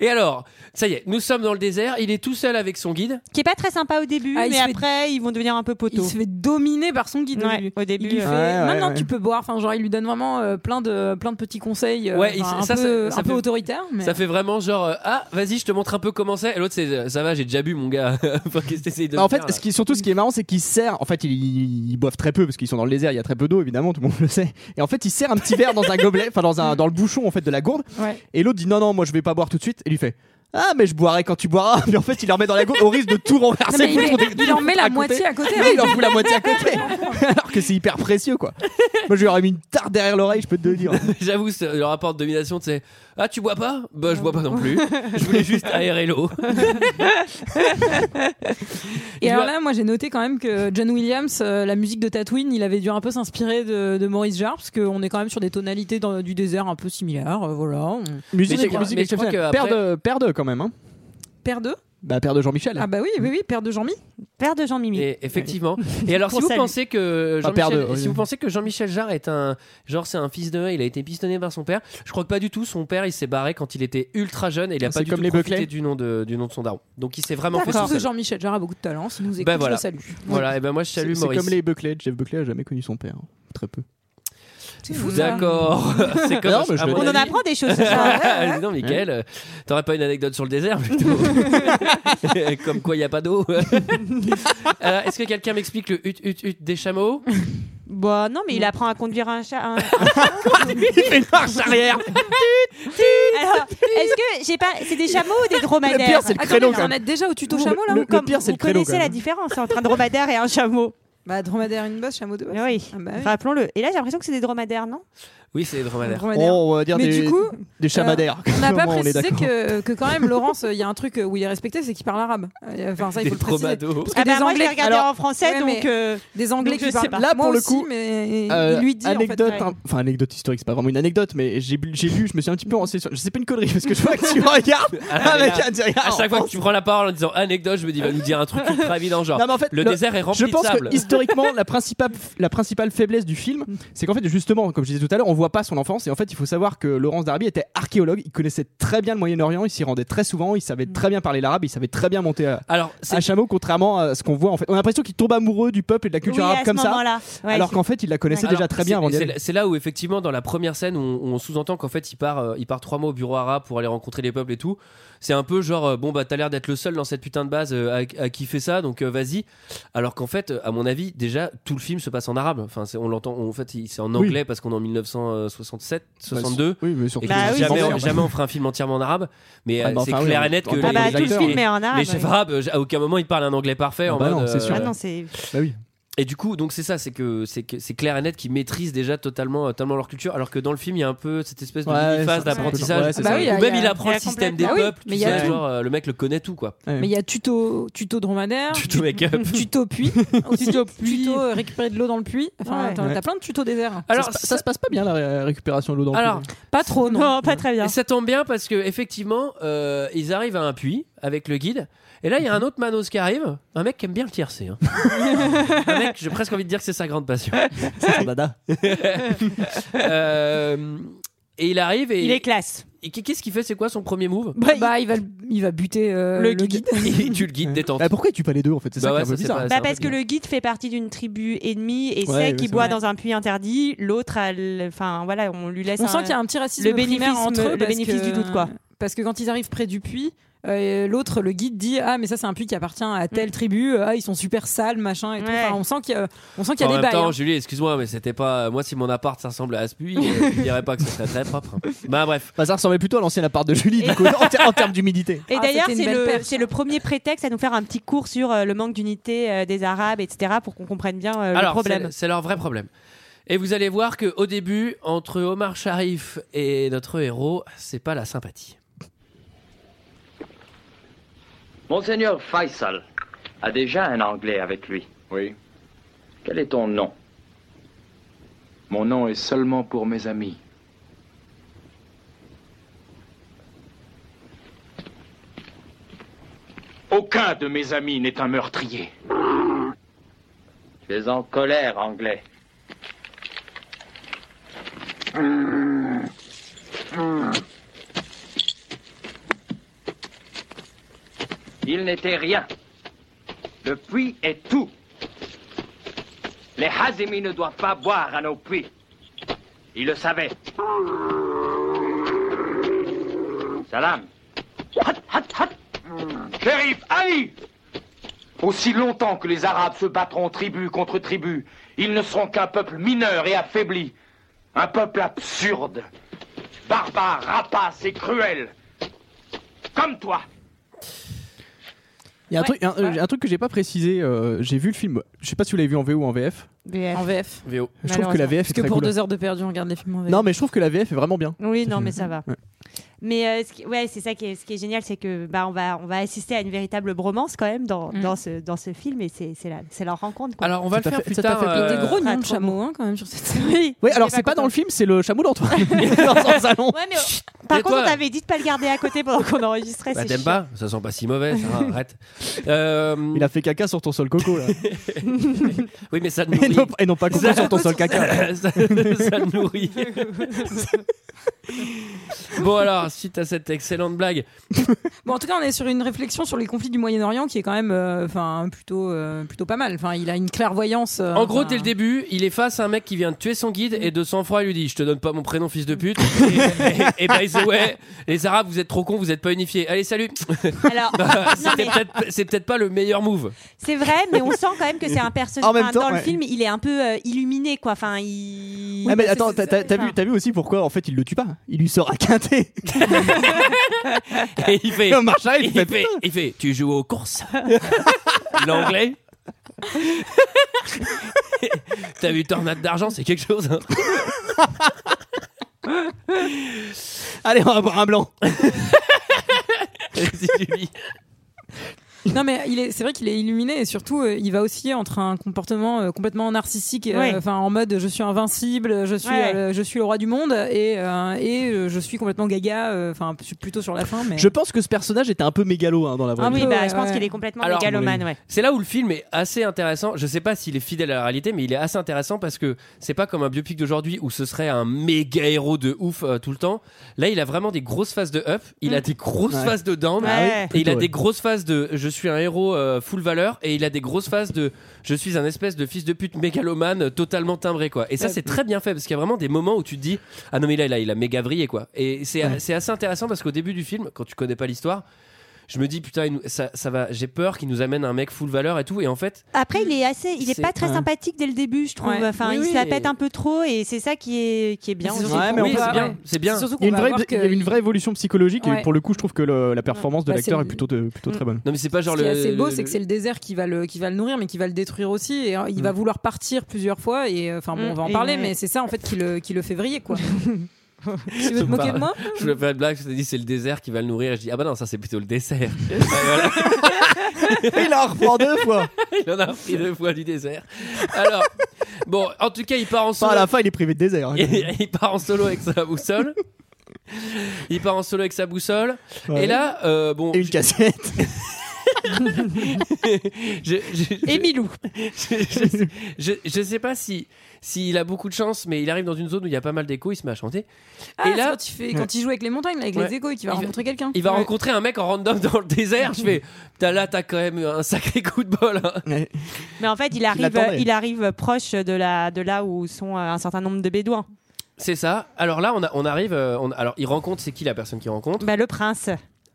Et alors, ça y est, nous sommes dans le désert, il est tout seul avec son guide.
qui est pas très sympa au début,
Ah, il
mais
se fait-
après, ils vont devenir un peu
Il
poteaux.
se fait dominer par son guide. au
Ouais,
début.
au début,
il lui
euh.
fait
Ouais,
maintenant
ouais,
tu peux boire. Enfin, genre, il lui donne vraiment euh, plein de plein de petits conseils. euh,
Ouais, il-
enfin, un
ça, ça-
peu,
ça
un peu
fait-
autoritaire. Mais...
Ça fait vraiment genre euh, ah vas-y je te montre un peu comment c'est et l'autre c'est euh, ça va j'ai déjà bu mon gars Enfin, qu'est-ce que t'essayes de
Bah, en
me
fait,
faire, là
ce qui, surtout ce qui est marrant, c'est qu'ils serrent. En fait, ils, ils- ils boivent très peu parce qu'ils sont dans le désert, il y a très peu d'eau, évidemment, tout le monde le sait. Et en fait, ils serrent un petit verre dans un gobelet, enfin dans, un, dans le bouchon en fait de la gourde.
Ouais.
Et l'autre dit non, non, moi je vais pas boire tout de suite. Et lui fait Ah, mais je boirai quand tu boiras. Mais en fait, il leur met dans la gourde au risque de tout
Non,
renverser.
mais il,
foutre
met-
des-
il en met
à
la
côté.
moitié à côté. hein.
Oui, il en fout la moitié à côté. Alors que c'est hyper précieux quoi. Moi, je lui aurais mis une tarte derrière l'oreille, je peux te le dire.
J'avoue, c'est- le rapport de domination, c'est Ah, tu bois pas Bah, je bois pas non plus. Je voulais juste aérer l'eau.
Et
Je
alors
vois-
là, moi j'ai noté quand même que John Williams, euh, la musique de Tatooine, il avait dû un peu s'inspirer de, de Maurice Jarre, parce qu'on est quand même sur des tonalités dans- du désert un peu similaires. euh, voilà. On-
Musique,
je crois-
musique
mais je crois
exceptionnelle.
qu'après-
Père de, père de, quand même. Hein.
Père de
Bah, père de Jean-Michel.
Ah bah oui, oui, oui, père de Jean-Mi.
Père de Jean-Mimi.
Et effectivement. Et alors, si
Pour
vous
saluer.
pensez que
Pas perdre,
Jean-Michel
oui.
si vous pensez que Jean-Michel Jarre est un genre c'est un fils de, il a été pistonné par son père. Je crois que pas du tout. Son père, il s'est barré quand il était ultra jeune et il a
Ah, C'est
pas du
comme
tout
les
profité
Buckley.
du nom de du nom de son daron. Donc, il s'est vraiment fait
D'accord.
tout
Parce que
seul.
Jean-Michel Jarre a beaucoup de talent, si nous écoute,
Ben voilà.
je le salue.
Voilà. Et ben moi, je
C'est
salue
c'est
Maurice.
comme les Buckley. Jeff Buckley a jamais connu son père. hein. Très peu.
C'est fou, ça.
D'accord. c'est comme
Non, mais je
à
le
mon
On en
avis-
apprend des choses. ce soir.
Ah, dis donc, Michael, euh, t'aurais pas une anecdote sur le désert plutôt Comme quoi, il n'y a pas d'eau. Euh, Est-ce que quelqu'un m'explique le hut hut hut des chameaux
Bon, non, mais il apprend à conduire un chat. un-
Marche arrière
Alors, est-ce que j'ai pas C'est des chameaux ou des dromadaires Ah,
Le pire, c'est le
Attendez,
créneau,
mais
quand
on
même.
est déjà au tuto
Le-
chameau là
le-
Comme
pire, c'est
vous
le créneau,
connaissez
quand
la
même.
différence entre un dromadaire et un chameau
Bah dromadaire une bosse, chameau deux bosses.
Oui,
Ah bah oui.
rappelons-le. Et là, j'ai l'impression que c'est des dromadaires, non
Oui, c'est les dromadaires.
Dromadaire.
Oh, on va dire
Mais
des,
du coup, euh,
des chamadaires.
on n'a pas
Comment est
précisé
d'accord
que, que quand même Laurence, il y a un truc où il est respecté, c'est qu'il parle arabe. Euh, Enfin ça, il
Des
faut le préciser.
dromados.
Parce que
Ah bah,
des
moi, je l'ai
Anglais,
regardé
alors-
en français,
Ouais,
donc.
mais-
euh,
des Anglais
Donc, je
qui
sais
parlent.
pas.
Là,
Moi
pour le
aussi,
coup,
mais
Euh,
il lui dit. en fait,
anecdote,
ouais.
hein, enfin anecdote historique, c'est pas vraiment une anecdote, mais j'ai bu- j'ai lu, je me suis un petit peu renseigné sur. Je sais pas une connerie parce que je vois que tu regardes
Ah,
avec
regarde.
un direct.
À chaque fois que tu prends la parole en disant anecdote, je me dis, il va nous dire un truc ultra évident, genre
Non, mais en fait,
le,
le-
désert est
Je
rempli
pense
de sable.
que historiquement, la principale, la principale faiblesse du film,
Mm.
c'est qu'en fait, justement, comme je disais tout à l'heure, on voit pas son enfance. Et en fait, il faut savoir que Laurence Darby était archéologue. Il connaissait très bien le Moyen-Orient. Il s'y rendait très souvent. Il savait
Mm.
très bien parler l'arabe. Il savait très bien monter à,
Alors, c'est
à chameau, contrairement à ce qu'on voit. En fait, on a l'impression qu'il tombe amoureux du peuple et de la culture
oui,
arabe
à ce
comme ça.
moment-là. Ouais,
alors
c'est-
qu'en fait, il la connaissait
Alors,
déjà très bien
c'est-
avant d'y
c'est
aller.
là- C'est là où effectivement dans la première scène où on, où on sous-entend qu'en fait il part, euh, il part trois mois au bureau arabe pour aller rencontrer les peuples et tout. C'est un peu genre euh, bon bah t'as l'air d'être le seul dans cette putain de base euh, à, à kiffer ça donc euh, vas-y. Alors qu'en fait euh, à mon avis déjà tout le film se passe en arabe. Enfin c'est- on l'entend on- en fait il- c'est en
Oui. Bah,
anglais parce qu'on est en 1967 62.
Oui, mais surtout.
Et
Bah
que
oui,
jamais,
c'est
on,
sûr.
jamais on fera un film entièrement en arabe, mais
Ah
euh,
bah
c'est
enfin, oui,
clair
on-
et net
on
que
parle
Ah
les,
bah,
les
tout le
acteurs,
film
les-
est en arabe.
les chefs
ouais.
arabes, euh, à aucun moment ils parlent un anglais parfait
Ah
en
bah
mode.
non, c'est
euh,
sûr.
Ah non, c'est.
Bah oui.
Et du coup, donc c'est ça, c'est que c'est que- c'est clair et net qu'ils maîtrisent déjà totalement, euh, totalement leur culture, alors que dans le film, il y a un peu cette espèce de
Ouais,
mini-phase
c'est- c'est un peu- ouais,
d'apprentissage,
c'est Ah bah ça. oui, il y a-
où même
il y
il
a-
apprend
il y
le
a
système des
complètement- Ah oui,
peuples, tu
mais il y a
sais,
tout.
genre euh, le mec le connaît tout quoi.
Mais il y a tuto, tuto dromadaire,
Tuto make-up.
tuto puits, aussi, tuto, euh, récupérer de l'eau dans le puits. Enfin,
Ouais.
t'as
Ouais. Euh,
t'as plein de tutos déserts.
Alors,
ça, se pa- ça se passe pas bien la ré- récupération de l'eau dans le
Alors,
puits.
pas trop, non.
pas très bien.
Et ça tombe bien parce que effectivement, euh, ils arrivent à un puits avec le guide. Et là, il y a un autre Manos qui arrive, un mec qui aime bien le tiercé. hein. un mec, j'ai presque envie de dire que c'est sa grande passion.
C'est son dada.
Euh, et il arrive et
Il est classe.
et qu'est-ce qu'il fait C'est quoi son premier move
Bah, il-
Bah, il va, le- il va buter euh, le, guide.
Et tu le guides détente.
Bah, pourquoi tu pas les deux en fait C'est
Bah
ça qui
ouais,
est un peu
ça, c'est
bizarre.
pas-
Bah,
c'est
parce
un peu
que le guide fait partie d'une tribu ennemie et
Ouais,
sait
ouais,
qu'il
c'est
boit
vrai.
dans un puy interdit. L'autre, a le- enfin voilà, on lui laisse.
On
un-
sent qu'il y a un petit racisme
le bénéfice
primaire entre eux
le
parce
bénéfice
que-
du doute quoi.
Parce que quand ils arrivent près du puits, euh, l'autre, le guide, dit Ah, mais ça, c'est un puits qui appartient à
Mm.
telle tribu, ah, ils sont super sales, machin et tout.
Ouais.
Enfin, on sent qu'il y a, on sent qu'il y
En
a
même
des bails.
temps,
hein.
Julie, excuse-moi, mais c'était pas. Moi, si mon appart ça ressemble à ce puits, euh, je dirais pas que ce serait très propre. Bah bref.
Bah, ça ressemblait plutôt à l'ancien appart de Julie,
Et-
du coup, en, ter- en termes d'humidité.
Et
Ah,
d'ailleurs,
c'était une
c'est
belle
le,
perche.
c'est le premier prétexte à nous faire un petit cours sur euh, le manque d'unité euh, des Arabes, etc., pour qu'on comprenne bien euh, le
Alors,
problème.
c'est- c'est leur vrai problème. Et vous allez voir que au début, entre Omar Sharif et notre héros, c'est pas la sympathie.
Monseigneur Faisal a déjà un Anglais avec lui.
Oui,
Quel est ton nom
mon nom est seulement pour mes amis. Aucun de mes amis n'est un meurtrier.
Tu es en colère, Anglais.
Il n'était rien.
Le puits est tout. Les Hazimis ne doivent pas boire à nos puits. Ils le savaient. Salam.
Hat, hat, hat. Shérif, Ali Aussi longtemps que les Arabes se battront tribu contre tribu, ils ne seront qu'un peuple mineur et affaibli. Un peuple absurde, barbare, rapace et cruel. Comme toi.
Il y a un,
Ouais,
truc, un,
ouais.
un truc que j'ai pas précisé, euh, j'ai vu le film, je sais pas si vous l'avez vu en VO ou en VF.
VF.
En VF.
VO.
Je trouve que la VF est
Parce que
très
pour
cool.
deux heures de perdu, on regarde les films en VF.
Non, mais je trouve que la VF est vraiment bien.
Oui, non, mais ça va.
Ouais.
Mais euh, ce qui- ouais, c'est ça qui est, ce qui est génial, c'est que bah, on va on va assister à une véritable bromance quand même dans,
Mm.
dans ce dans ce film et c'est c'est la c'est leur rencontre. Quoi.
Alors, on va le
Tout à
faire
fait-
plus
tout à
tard.
fait.
euh,
Des gros
pas
noms de
trop
chameaux, hein, quand même, sur cette série.
oui,
Oui,
il
alors
est
c'est pas
content.
dans le film, c'est le chameau d'Antoine dans son salon.
Ouais, mais euh, par
Tais-toi.
contre, on t'avait dit de pas le garder à côté pendant qu'on enregistrait.
Bah,
c'est
t'aimes
chiant.
pas Ça sent pas si mauvais, ça, arrête. Euh,
Il a fait caca sur ton sol coco là.
Oui, mais ça te
et,
nourrit.
non, et non pas coco sur ton sol caca.
ça, ça te nourrit. bon, alors, suite à cette excellente blague,
Bon, en tout cas, on est sur une réflexion sur les conflits du Moyen-Orient qui est quand même, euh, enfin, plutôt, euh, plutôt pas mal. Enfin, il a une clairvoyance. euh,
En gros,
enfin,
dès le début, il est face à un mec qui vient de tuer son guide et de sang-froid, il lui dit Je te donne pas mon prénom, fils de pute. et, et, et by the way, les Arabes, vous êtes trop cons, vous êtes pas unifiés. Allez, salut
Alors, non,
C'était
mais
peut-être- C'est peut-être pas le meilleur move.
c'est vrai, mais on sent quand même que c'est un personnage.
En même
enfin,
temps,
dans le
ouais.
film, il est un peu euh, illuminé, quoi. Enfin, il.
Ah mais
c'est-
attends,
c'est-
t'as t'as- t'as
enfin.
vu, t'as vu aussi pourquoi en fait il le tue pas Il lui sort à quintet.
Et il fait,
Et Omar Sharif,
il,
il fait,
fait,
putain.
il fait, Tu joues aux courses L'anglais T'as vu Tornade d'argent, c'est quelque chose. hein.
Allez, on va boire un blanc.
Vas-y, Julie.
Non, mais il est, c'est vrai qu'il est illuminé et surtout, euh, il va osciller entre un comportement euh, complètement narcissique, euh,
Ouais.
enfin en mode je suis invincible, je suis,
Ouais.
euh, je suis le roi du monde et euh, et euh, je suis complètement gaga, euh, enfin je suis plutôt sur la fin, mais
Je pense que ce personnage était un peu mégalo hein, dans la vraie
Ah
vie.
oui,
peu,
bah,
ouais,
je pense
ouais.
qu'il est complètement
Alors,
mégalomane, ouais.
C'est là où le film est assez intéressant. Je sais pas s'il est fidèle à la réalité, mais il est assez intéressant parce que c'est pas comme un biopic d'aujourd'hui où ce serait un méga héros de ouf euh, tout le temps. Là, il a vraiment des grosses phases de up, il a des grosses
Ouais.
phases de down.
Ah oui,
Et il a
plutôt,
des
ouais.
grosses phases de je suis un héros euh, full valeur et il a des grosses phases de je suis un espèce de fils de pute mégalomane euh, totalement timbré quoi. Et ça c'est très bien fait parce qu'il y a vraiment des moments où tu te dis ah non mais là il a, il a méga vrillé quoi. Et c'est c'est assez intéressant parce qu'au début du film quand tu connais pas l'histoire je me dis putain, il nous- ça, ça va. J'ai peur qu'il nous amène un mec full valeur et tout. Et en fait,
Après, il est assez, il est
C'est
pas très
un-
sympathique dès le début, je trouve.
Ouais.
Enfin,
Oui,
il
oui,
se la pète
et-
un peu trop, et c'est ça qui est qui est bien. aussi.
Ouais, mais on Oui, va- c'est bien, ouais. c'est bien.
surtout
Il y
qu'on
a une
va
vraie,
voir
il y a
que-
une vraie évolution psychologique
Ouais.
et pour le coup, je trouve que le- la performance de
Bah,
l'acteur
c'est-
est plutôt, de- plutôt très bonne.
non mais c'est pas genre
Ce qui est
le.
assez beau,
le-
c'est que c'est le désert qui va le, qui va le nourrir, mais qui va le détruire aussi. Et euh, il
Mm.
va vouloir partir plusieurs fois. Et euh, enfin, bon, on va en
Mm,
parler,
et-
mais c'est ça en fait qui le, qui le fait vriller, quoi. tu veux te moquer de moi
Je voulais faire une blague, je t'ai dit c'est le désert qui va le nourrir. Et je dis ah bah non, ça c'est plutôt le dessert. Ouais, voilà.
Il en reprend deux fois.
il en a pris deux fois du désert. Alors, bon, en tout cas, il part en
Enfin,
solo.
à la fin, il est privé de désert. hein.
Et- et il part en solo avec sa boussole. Il part en solo avec sa boussole.
Ouais.
Et là, euh, bon.
Et une cassette.
je, je-
Et Milou.
je, je- je- je sais pas si s'il a beaucoup de chance, mais il arrive dans une zone où il y a pas mal d'écho, il se met à chanter.
Ah,
et là,
quand, il fait, quand il joue avec les montagnes, là, avec
Ouais.
les échos, et qu'il va
Il va-
rencontrer quelqu'un.
il va
Ouais.
rencontrer un mec en random dans le désert. Je fais, putain, là, t'as quand même eu un sacré coup de bol. hein.
Mais en fait, il arrive, euh,
l'attendait.
il arrive proche de la de là où sont euh, un certain nombre de bédouins.
C'est ça. Alors là, on, a- on arrive. euh, on- alors, il rencontre, c'est qui la personne qu'il rencontre
Bah, le prince,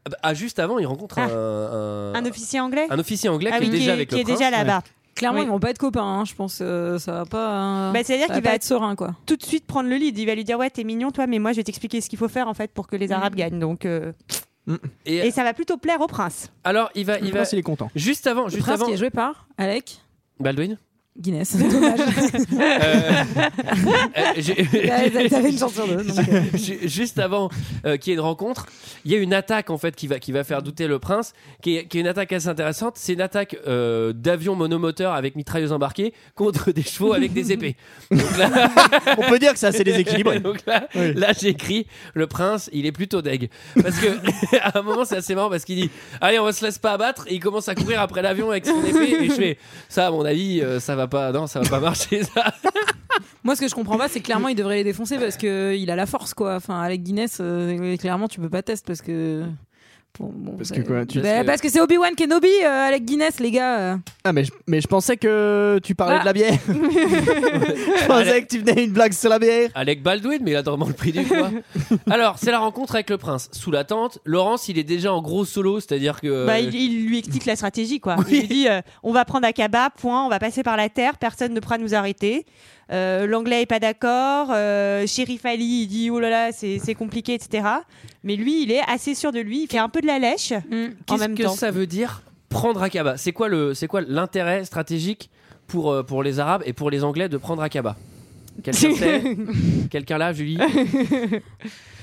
Ah, bah, ah, juste avant, il rencontre
Ah.
un,
un officier anglais.
un officier anglais
Ah
qui
oui,
est déjà avec
qui
le
est déjà
prince.
là-bas.
Clairement,
Oui.
ils vont pas être copains, hein, je pense. euh, ça va pas. euh,
Bah, c'est-à-dire
ça
qu'il
pas
va-
être serein, quoi.
Tout de suite prendre le lead. Il va lui dire ouais t'es mignon toi, mais moi je vais t'expliquer ce qu'il faut faire en fait pour que
Mm.
les Arabes gagnent. Donc euh,
Et,
et ça va plutôt plaire au prince.
alors, il va, il
Le
va.
prince, il est content.
Juste avant,
Le
juste
prince
avant.
qui est joué par Alec
Baldwin.
Guinness. Dommage.
Euh, euh, j'ai-
T'avais t'avais une chance sur deux.
Bah,
donc, euh.
Ju- Juste avant euh, qu'il y ait une rencontre, il y a une attaque en fait qui va, qui va faire douter le prince, qui est, qui est une attaque assez intéressante. C'est une attaque euh, d'avions monomoteurs avec mitrailleuses embarquées contre des chevaux avec des épées. Donc là-
On peut dire que ça, c'est déséquilibré.
Donc là, là, j'ai écrit le prince, il est plutôt deg. Parce que à un moment, c'est assez marrant parce qu'il dit Allez, on va se laisse pas abattre. Et il commence à courir après l'avion avec son épée. Et je fais Ça, à mon avis, euh, ça va pas, non, ça va pas marcher ça.
Moi, ce que je comprends pas, c'est que clairement, il devrait les défoncer parce que il a la force, quoi. Enfin, Alec Guinness, euh, clairement, tu peux pas tester parce que. Bon, bon,
Parce
ça-
que quoi, tu-
Bah,
parce que-
parce que c'est Obi-Wan Kenobi, euh, Alec Guinness, les gars. euh.
Ah, mais je, mais je pensais que tu parlais
Ah.
de la bière. je pensais que tu venais une blague sur la bière.
Alec Baldwin, mais il a vraiment le prix du poids. Alors, c'est la rencontre avec le prince. Sous la tente, Laurence, il est déjà en gros solo, c'est-à-dire
Euh,
que.
Bah, il, il lui explique la stratégie, quoi. Il lui dit euh, on va prendre Akaba, point, on va passer par la terre, personne ne pourra nous arrêter. Euh, L'anglais est pas d'accord, euh, Shérif Ali il dit oh là là, c'est c'est compliqué, etc. Mais lui, il est assez sûr de lui, il fait un peu de la
Mm.
lèche en
Qu'est-ce
même
que
temps.
ça veut dire prendre Akaba C'est quoi le, c'est quoi l'intérêt stratégique pour euh, pour les Arabes et pour les Anglais de prendre Akaba Quelqu'un sait Quelqu'un là, Julie Non,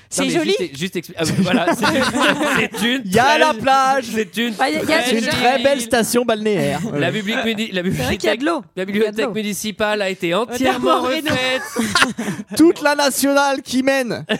C'est
mais
joli.
Juste, juste expli- ah, voilà, c'est, c'est une.
Il y a
très-
la plage.
C'est une.
Ah, il y a- il y a-
très
C'est une
jolie
très belle
ville.
station balnéaire.
La bibliothèque, muni- la
C'est vrai qu'il y a
bibliothèque,
de l'eau.
la
Il y a de
bibliothèque
l'eau.
municipale a été entièrement
Entièrement rénovée.
refaite.
Toute la nationale qui mène. Tout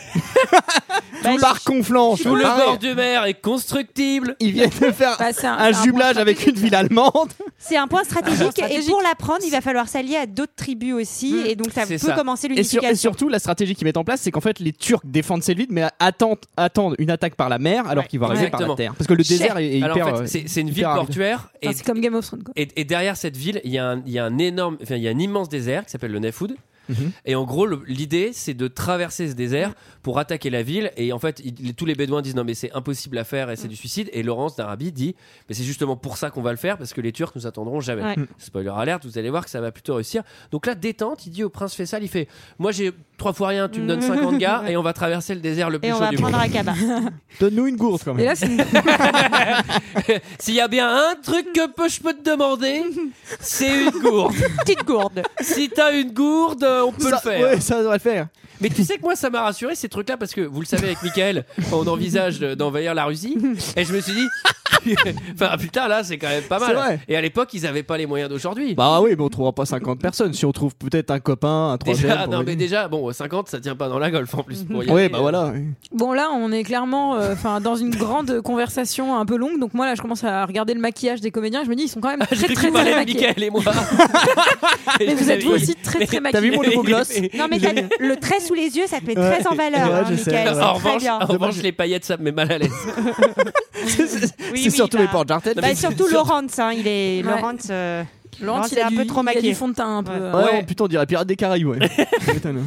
Bah,
l'arc conflant.
Tout le bord de mer est constructible.
Ils viennent de faire
Bah, c'est un,
un
c'est un
jumelage avec une ville allemande.
C'est un point stratégique,
stratégique.
et pour l'apprendre, il va falloir s'allier à d'autres tribus aussi, et donc ça peut
Mm. C'est ça.
commencer
Et, sur- et
l'unification.
surtout, la stratégie qu'ils mettent en place, c'est qu'en fait, les Turcs défendent cette ville, mais attendent, attendent une attaque par la mer, alors qu'ils vont arriver par
Exactement.
la terre. Parce que le désert est, est
Alors
hyper.
en
euh,
fait, c'est, c'est une ville
hyper aride.
portuaire et,
Enfin, c'est comme Game of Thrones, quoi.
et, et derrière cette ville, il y a un, il y a un énorme, enfin, il y a un immense désert qui s'appelle le Nefoud.
Mhm.
Et en gros, le- l'idée, c'est de traverser ce
Mhm.
désert pour attaquer la ville. Et en fait, il- tous les Bédouins disent non, mais c'est impossible à faire et
Mhm.
c'est du suicide. Et Laurence d'Arabie dit, mais c'est justement pour ça qu'on va le faire parce que les Turcs nous attendront jamais.
Ouais.
Mm.
Mhm.
Spoiler alerte, vous allez voir que ça va plutôt réussir. Donc là, détente, il dit au prince Fessal, il fait, moi j'ai trois fois rien, tu me donnes 50 gars et on va traverser le désert le plus
Mhm. Et on
chaud
va
du
prendre
monde.
Akaba.
Donne-nous une gourde quand
Et
même.
là, c'est une-
S'il y a bien un truc que peu- je peux te demander, c'est une gourde.
Petite gourde.
Si t'as une gourde, euh, on peut
Ça-
le faire.
ouais, ça devrait le faire.
Mais tu sais que moi, ça m'a rassuré ces trucs-là parce que vous le savez, avec Michael, on envisage de- d'envahir la Russie. Et je me suis dit, enfin putain, là, c'est quand même pas
C'est
mal.
vrai.
Et à l'époque, ils avaient pas les moyens d'aujourd'hui.
Bah oui, mais on trouvera pas 50 personnes. Si on trouve peut-être un copain, un troisième.
Déjà,
pour
non,
aider.
mais déjà, bon, 50, ça tient pas dans la golf en plus. Pour y
Ouais,
aller,
bah
euh,
voilà. oui.
Bon, là, on est clairement euh, enfin, dans une grande conversation un peu longue. Donc, moi, là, je commence à regarder le maquillage des comédiens. Je me dis, ils sont quand même
Ah, J'ai
très,
cru
très,
qu'il
très
parlait de
maquillés.
Michael et moi.
Mais vous êtes vous aussi très, très
Ah,
T'as vu
maquillés.
mon nouveau gloss
Non mais t'as le trait sous les yeux, ça te met
Ouais.
très en valeur,
Ouais,
hein,
je sais,
Michael.
ouais.
C'est
En
très
revanche,
bien.
en revanche, les paillettes, ça me met mal à l'aise.
C'est c'est-
Oui,
c'est
oui,
surtout
bah-
les portes d'artel.
Bah, surtout Laurence, hein, il est
Ouais.
Laurence. euh,
Laurent,
Laurent,
il
il est
a
un
du-
peu
il
trop
a
maquillé.
du fond de teint un peu.
Ouais,
euh.
ouais, putain, on dirait Pirates des Caraïbes, ouais. euh. Étonnant.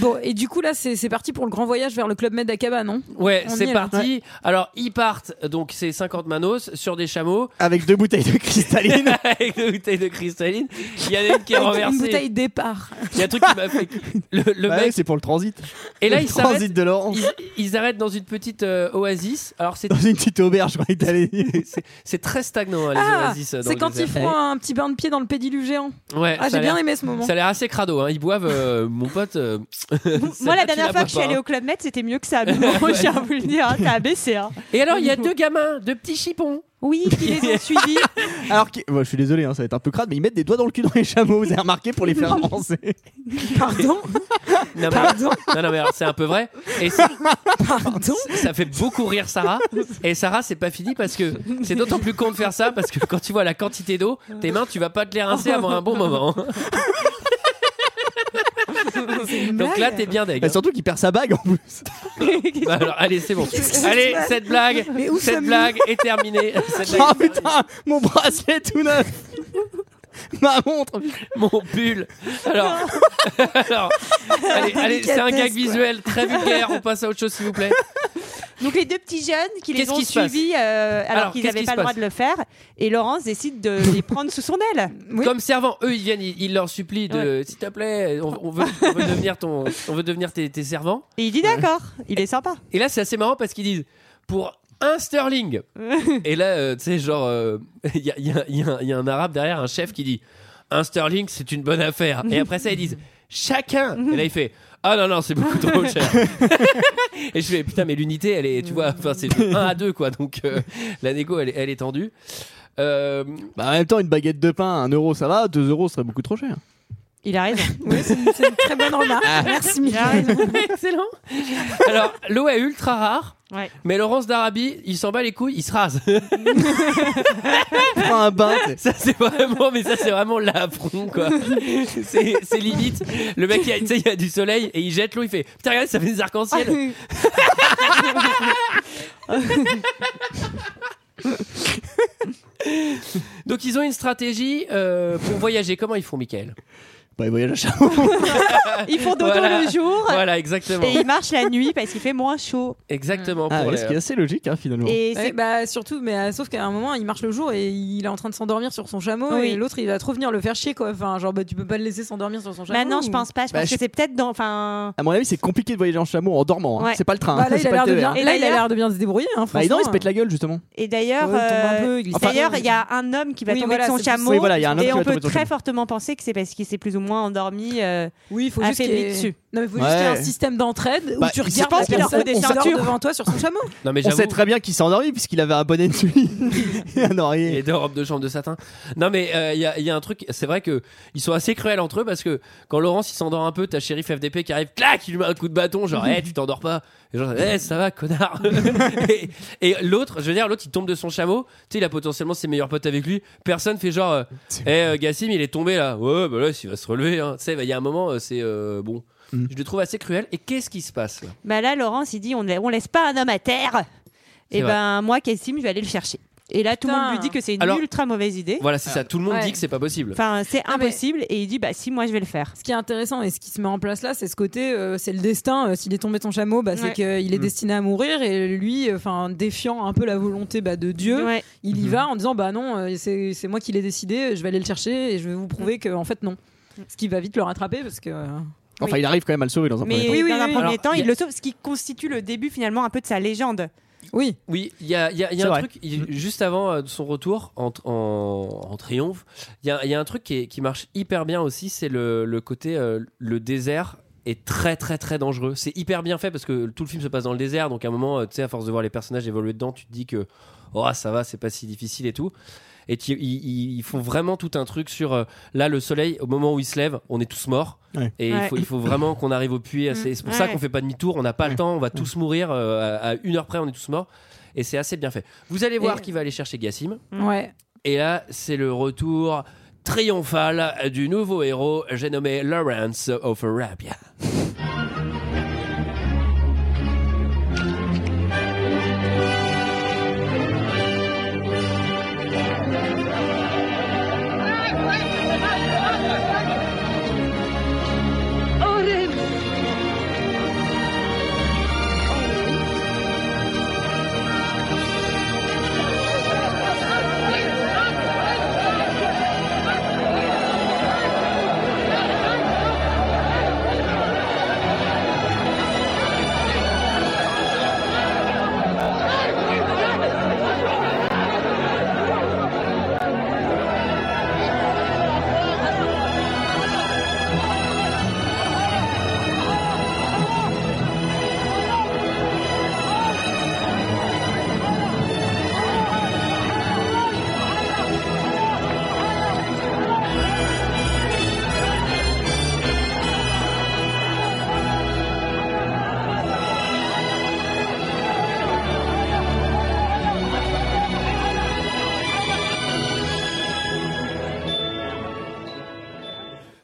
Bon, et du coup, là, c'est c'est parti pour le grand voyage vers le club Med d'Akaba, non
Ouais,
On y
c'est
est, là.
parti. Alors, ils partent, donc c'est 50 manos sur des chameaux.
Avec deux bouteilles de cristalline.
Avec deux bouteilles de cristalline. Il y en a une qui est Ah,
Avec
renversée.
Une bouteille départ.
Il y a un truc qui m'a fait. Le, le
Bah ouais,
mec.
c'est pour le transit.
Et là,
Le
ils
transit
s'arrêtent.
de Laurence.
Ils, ils arrêtent dans une petite euh, oasis. Alors, c'est
Dans une petite auberge, je croyais que t'allais dire.
c'est très stagnant, hein, les
Ah,
oasis. euh, dans
c'est
le
quand ils
désert.
font un petit bain de pied dans le pédiluve géant.
Ouais,
Ah,
ça
j'ai
a l'air-
bien aimé ce moment.
Ça a l'air assez crado. hein. Ils boivent, euh, mon pote. euh,
Moi,
celle-là,
la
tu
dernière fois
bois
que je suis
pas,
allée
hein.
au Club Med, c'était mieux que ça. Mais bon, je tiens à vous le dire, hein, t'as abaissé. Hein.
Et alors, il y a deux gamins, deux petits chipons.
Oui, qui les ont suivis.
Alors, que- ouais, je suis désolé, hein, ça va être un peu crade, mais ils mettent des doigts dans le cul dans les chameaux, vous avez remarqué, pour les faire avancer.
Pardon
Non, mais, non, non, mais alors, c'est un peu vrai. Et c'est- Ça fait beaucoup rire Sarah. Et Sarah, c'est pas fini parce que c'est d'autant plus con de faire ça parce que quand tu vois la quantité d'eau, tes mains, tu vas pas te les rincer avant un bon moment. Donc là, t'es bien deg. hein.
Bah, surtout qu'il perd sa bague en plus.
Bah, alors, allez, c'est bon.
Qu'est-ce qui se
Allez,
passe
cette blague,
Mais où
cette
sommes-nous
blague est terminée. Cette blague-
Oh putain, mon bracelet tout neuf. Ma montre.
Mon pull. Alors, alors, allez, allez, c'est un gag
Délicatesse, quoi.
visuel très vulgaire. On passe à autre chose, s'il vous plaît.
Donc les deux petits jeunes qui les
Qu'est-ce
ont
qui se
suivis euh, alors,
Alors,
qu'ils
qu'est-ce qui
n'avaient pas
se
le droit
passe
de le faire. Et Laurence décide de les prendre sous son aile.
Comme servant, eux ils viennent, ils, ils leur supplient de s'il te plaît, on, on veut, on veut devenir ton, on veut devenir tes, tes servants.
Et il dit d'accord, il est sympa.
Et là c'est assez marrant parce qu'ils disent pour un sterling. Et là euh, tu sais genre euh, il y, a, il y a- il y a un- il y a un arabe derrière un chef qui dit un sterling c'est une bonne affaire. Et après ça ils disent chacun. Et là il fait ah non non c'est beaucoup trop cher. Et je fais putain mais l'unité elle est tu vois enfin c'est de 1 à 2 quoi donc euh, la négo elle, est- elle est tendue. Euh,
Bah, en même temps, une baguette de pain, 1 euro, ça va, 2 euros, ce serait beaucoup trop cher.
Il a raison.
C'est une très bonne remarque.
Ah.
Merci, Michael.
Excellent. Alors, l'eau est ultra rare.
Ouais.
Mais Laurence d'Arabie, il s'en bat les couilles, il se rase.
Prends un bain. t'es-
ça c'est vraiment, mais ça c'est vraiment l'affront quoi. C'est c'est limite. Le mec, il y a- tu sais, il y a du soleil et il jette l'eau, il fait putain regarde, ça fait des arcs-en-ciel.
Ah
Donc ils ont une stratégie euh, pour voyager. Comment ils font, Michael
Bah, il voyage à chameau.
Ils font dodo
Voilà.
le jour
Voilà, exactement.
et ils marchent la nuit parce qu'il fait moins chaud.
Exactement.
Ah,
pour
ouais,
les-
ce qui est assez logique, hein, finalement.
Et
Ouais,
c'est
bah surtout, mais euh, sauf qu'à un moment, il marche le jour et il est en train de s'endormir sur son chameau
Oui.
et l'autre, il va trop venir le faire chier quoi. Enfin, genre bah, tu peux pas le laisser s'endormir sur son chameau.
Maintenant, je
ou-
pense pas. Je
Bah,
pense
je-
que c'est peut-être dans. Enfin.
À mon avis, c'est compliqué de voyager en chameau en dormant. hein.
Ouais.
C'est pas le train.
Bah,
hein,
là,
c'est
il a
pas
l'air
le
de
TER.
bien.
Et
Là, il a
d'ailleurs-
l'air de bien se débrouiller. Hein,
Bah, non, il
franchement,
se pète la gueule, justement.
Et d'ailleurs,
Ouais, il tombe un
euh,
peu, il glisse.
d'ailleurs, il y a un homme qui va
Oui,
tomber
voilà,
de son
c'est pour ça.
chameau.
Oui, voilà, il y a un homme qui
et
va
on
tomber
peut
de son
très
chameau.
fortement penser que c'est parce qu'il s'est plus ou moins endormi. euh,
hein. Oui, il faut
Ah,
juste
fait
qu'il y ait-
lui dessus.
Non, mais faut
Ouais.
juste qu'il y ait un système d'entraide
Bah,
où tu
je
regardes
pense
la
qu'il leur faut
personne
des
qui dort
ceintures.
devant toi sur son chameau.
Non mais
On
j'avoue.
sait très bien qu'il s'est endormi puisqu'il avait un bonnet de nuit et un
Et
oreiller.
deux robes de chambre de satin. Non, mais euh, il y, a- y a un truc, c'est vrai que ils sont assez cruels entre eux parce que quand Laurence il s'endort un peu, t'as shérif FDP qui arrive, clac, il lui met un coup de bâton, genre, Eh, tu t'endors pas. Et genre, Eh, ça va, connard. et et l'autre, je veux dire, l'autre il tombe de son chameau, tu sais, il a potentiellement ses meilleurs potes avec lui. Personne fait genre, euh, Eh, euh, Gassim, il est tombé là. Ouais, bah là, s'il va se relever, hein. tu sais, bah, il y a un moment, euh, c'est euh, bon.
Mm.
Je le trouve assez cruel. Et qu'est-ce qui se passe là
Bah là, Laurence, il dit on ne on laisse pas un homme à terre.
C'est
Et
vrai.
ben moi, Cassim, je vais aller le chercher. Et là, tout le
Putain.
monde lui dit que c'est une
Alors-
ultra mauvaise idée.
Voilà, c'est ça. Tout le monde
Ouais.
dit que c'est pas possible.
Enfin, c'est
mais-
impossible. Et il dit bah si, moi, je vais le faire.
Ce qui est intéressant et ce qui se met en place là, c'est ce côté, euh, c'est le destin. Euh, S'il est tombé de son chameau, bah, c'est
Ouais.
qu'il est destiné à mourir. Et lui, euh, enfin, défiant un peu la volonté bah, de Dieu,
Ouais.
il y va en disant bah non, euh, c'est c'est moi qui l'ai décidé. Je vais aller le chercher et je vais vous prouver que en fait non. Ce qui va vite le rattraper parce que. euh,
Enfin, il arrive quand même à le sauver dans un
Mais
premier temps.
Oui, oui,
dans un
oui.
premier
Alors,
temps,
il y a-
il le sauve, ce qui constitue le début finalement un peu de sa légende.
Oui.
Oui, il y a, il y a- il y a
C'est
un
vrai.
truc, il- juste avant euh, son retour en, en- en triomphe, il y a, il y a un truc qui, est- qui marche hyper bien aussi, c'est le, le côté, euh, le désert est très très très dangereux. C'est hyper bien fait parce que tout le film se passe dans le désert, donc à un moment, euh, tu sais, à force de voir les personnages évoluer dedans, tu te dis que oh, ça va, c'est pas si difficile et tout. Et tu- ils- ils, ils font vraiment tout un truc sur euh, là, le soleil, au moment où il se lève, on est tous morts.
Ouais.
Et
Ouais.
Il, faut, il faut vraiment qu'on arrive au puits. C'est c'est pour ça
Ouais.
qu'on fait pas demi-tour, on n'a pas le
Ouais.
temps, on va tous mourir. euh, à, à une heure près, on est tous morts. Et c'est assez bien fait. Vous allez voir
Et-
qui va aller chercher Gassim.
Ouais.
Et là, c'est le retour triomphal du nouveau héros, j'ai nommé Lawrence of Arabia.
Allez,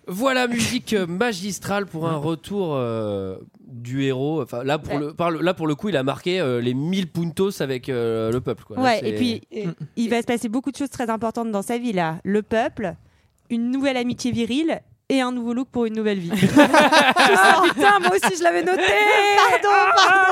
Voilà, musique euh, magistrale pour un retour euh, du héros. Enfin, là, pour le, par le- là, pour le coup, il a marqué euh, les 1000 puntos avec euh, le peuple. Quoi. Là,
ouais,
c'est-
et puis euh, il va se passer beaucoup de choses très importantes dans sa vie là. Le peuple, une nouvelle amitié virile et un nouveau look pour une nouvelle vie.
Ah, putain, moi aussi je l'avais noté. Pardon,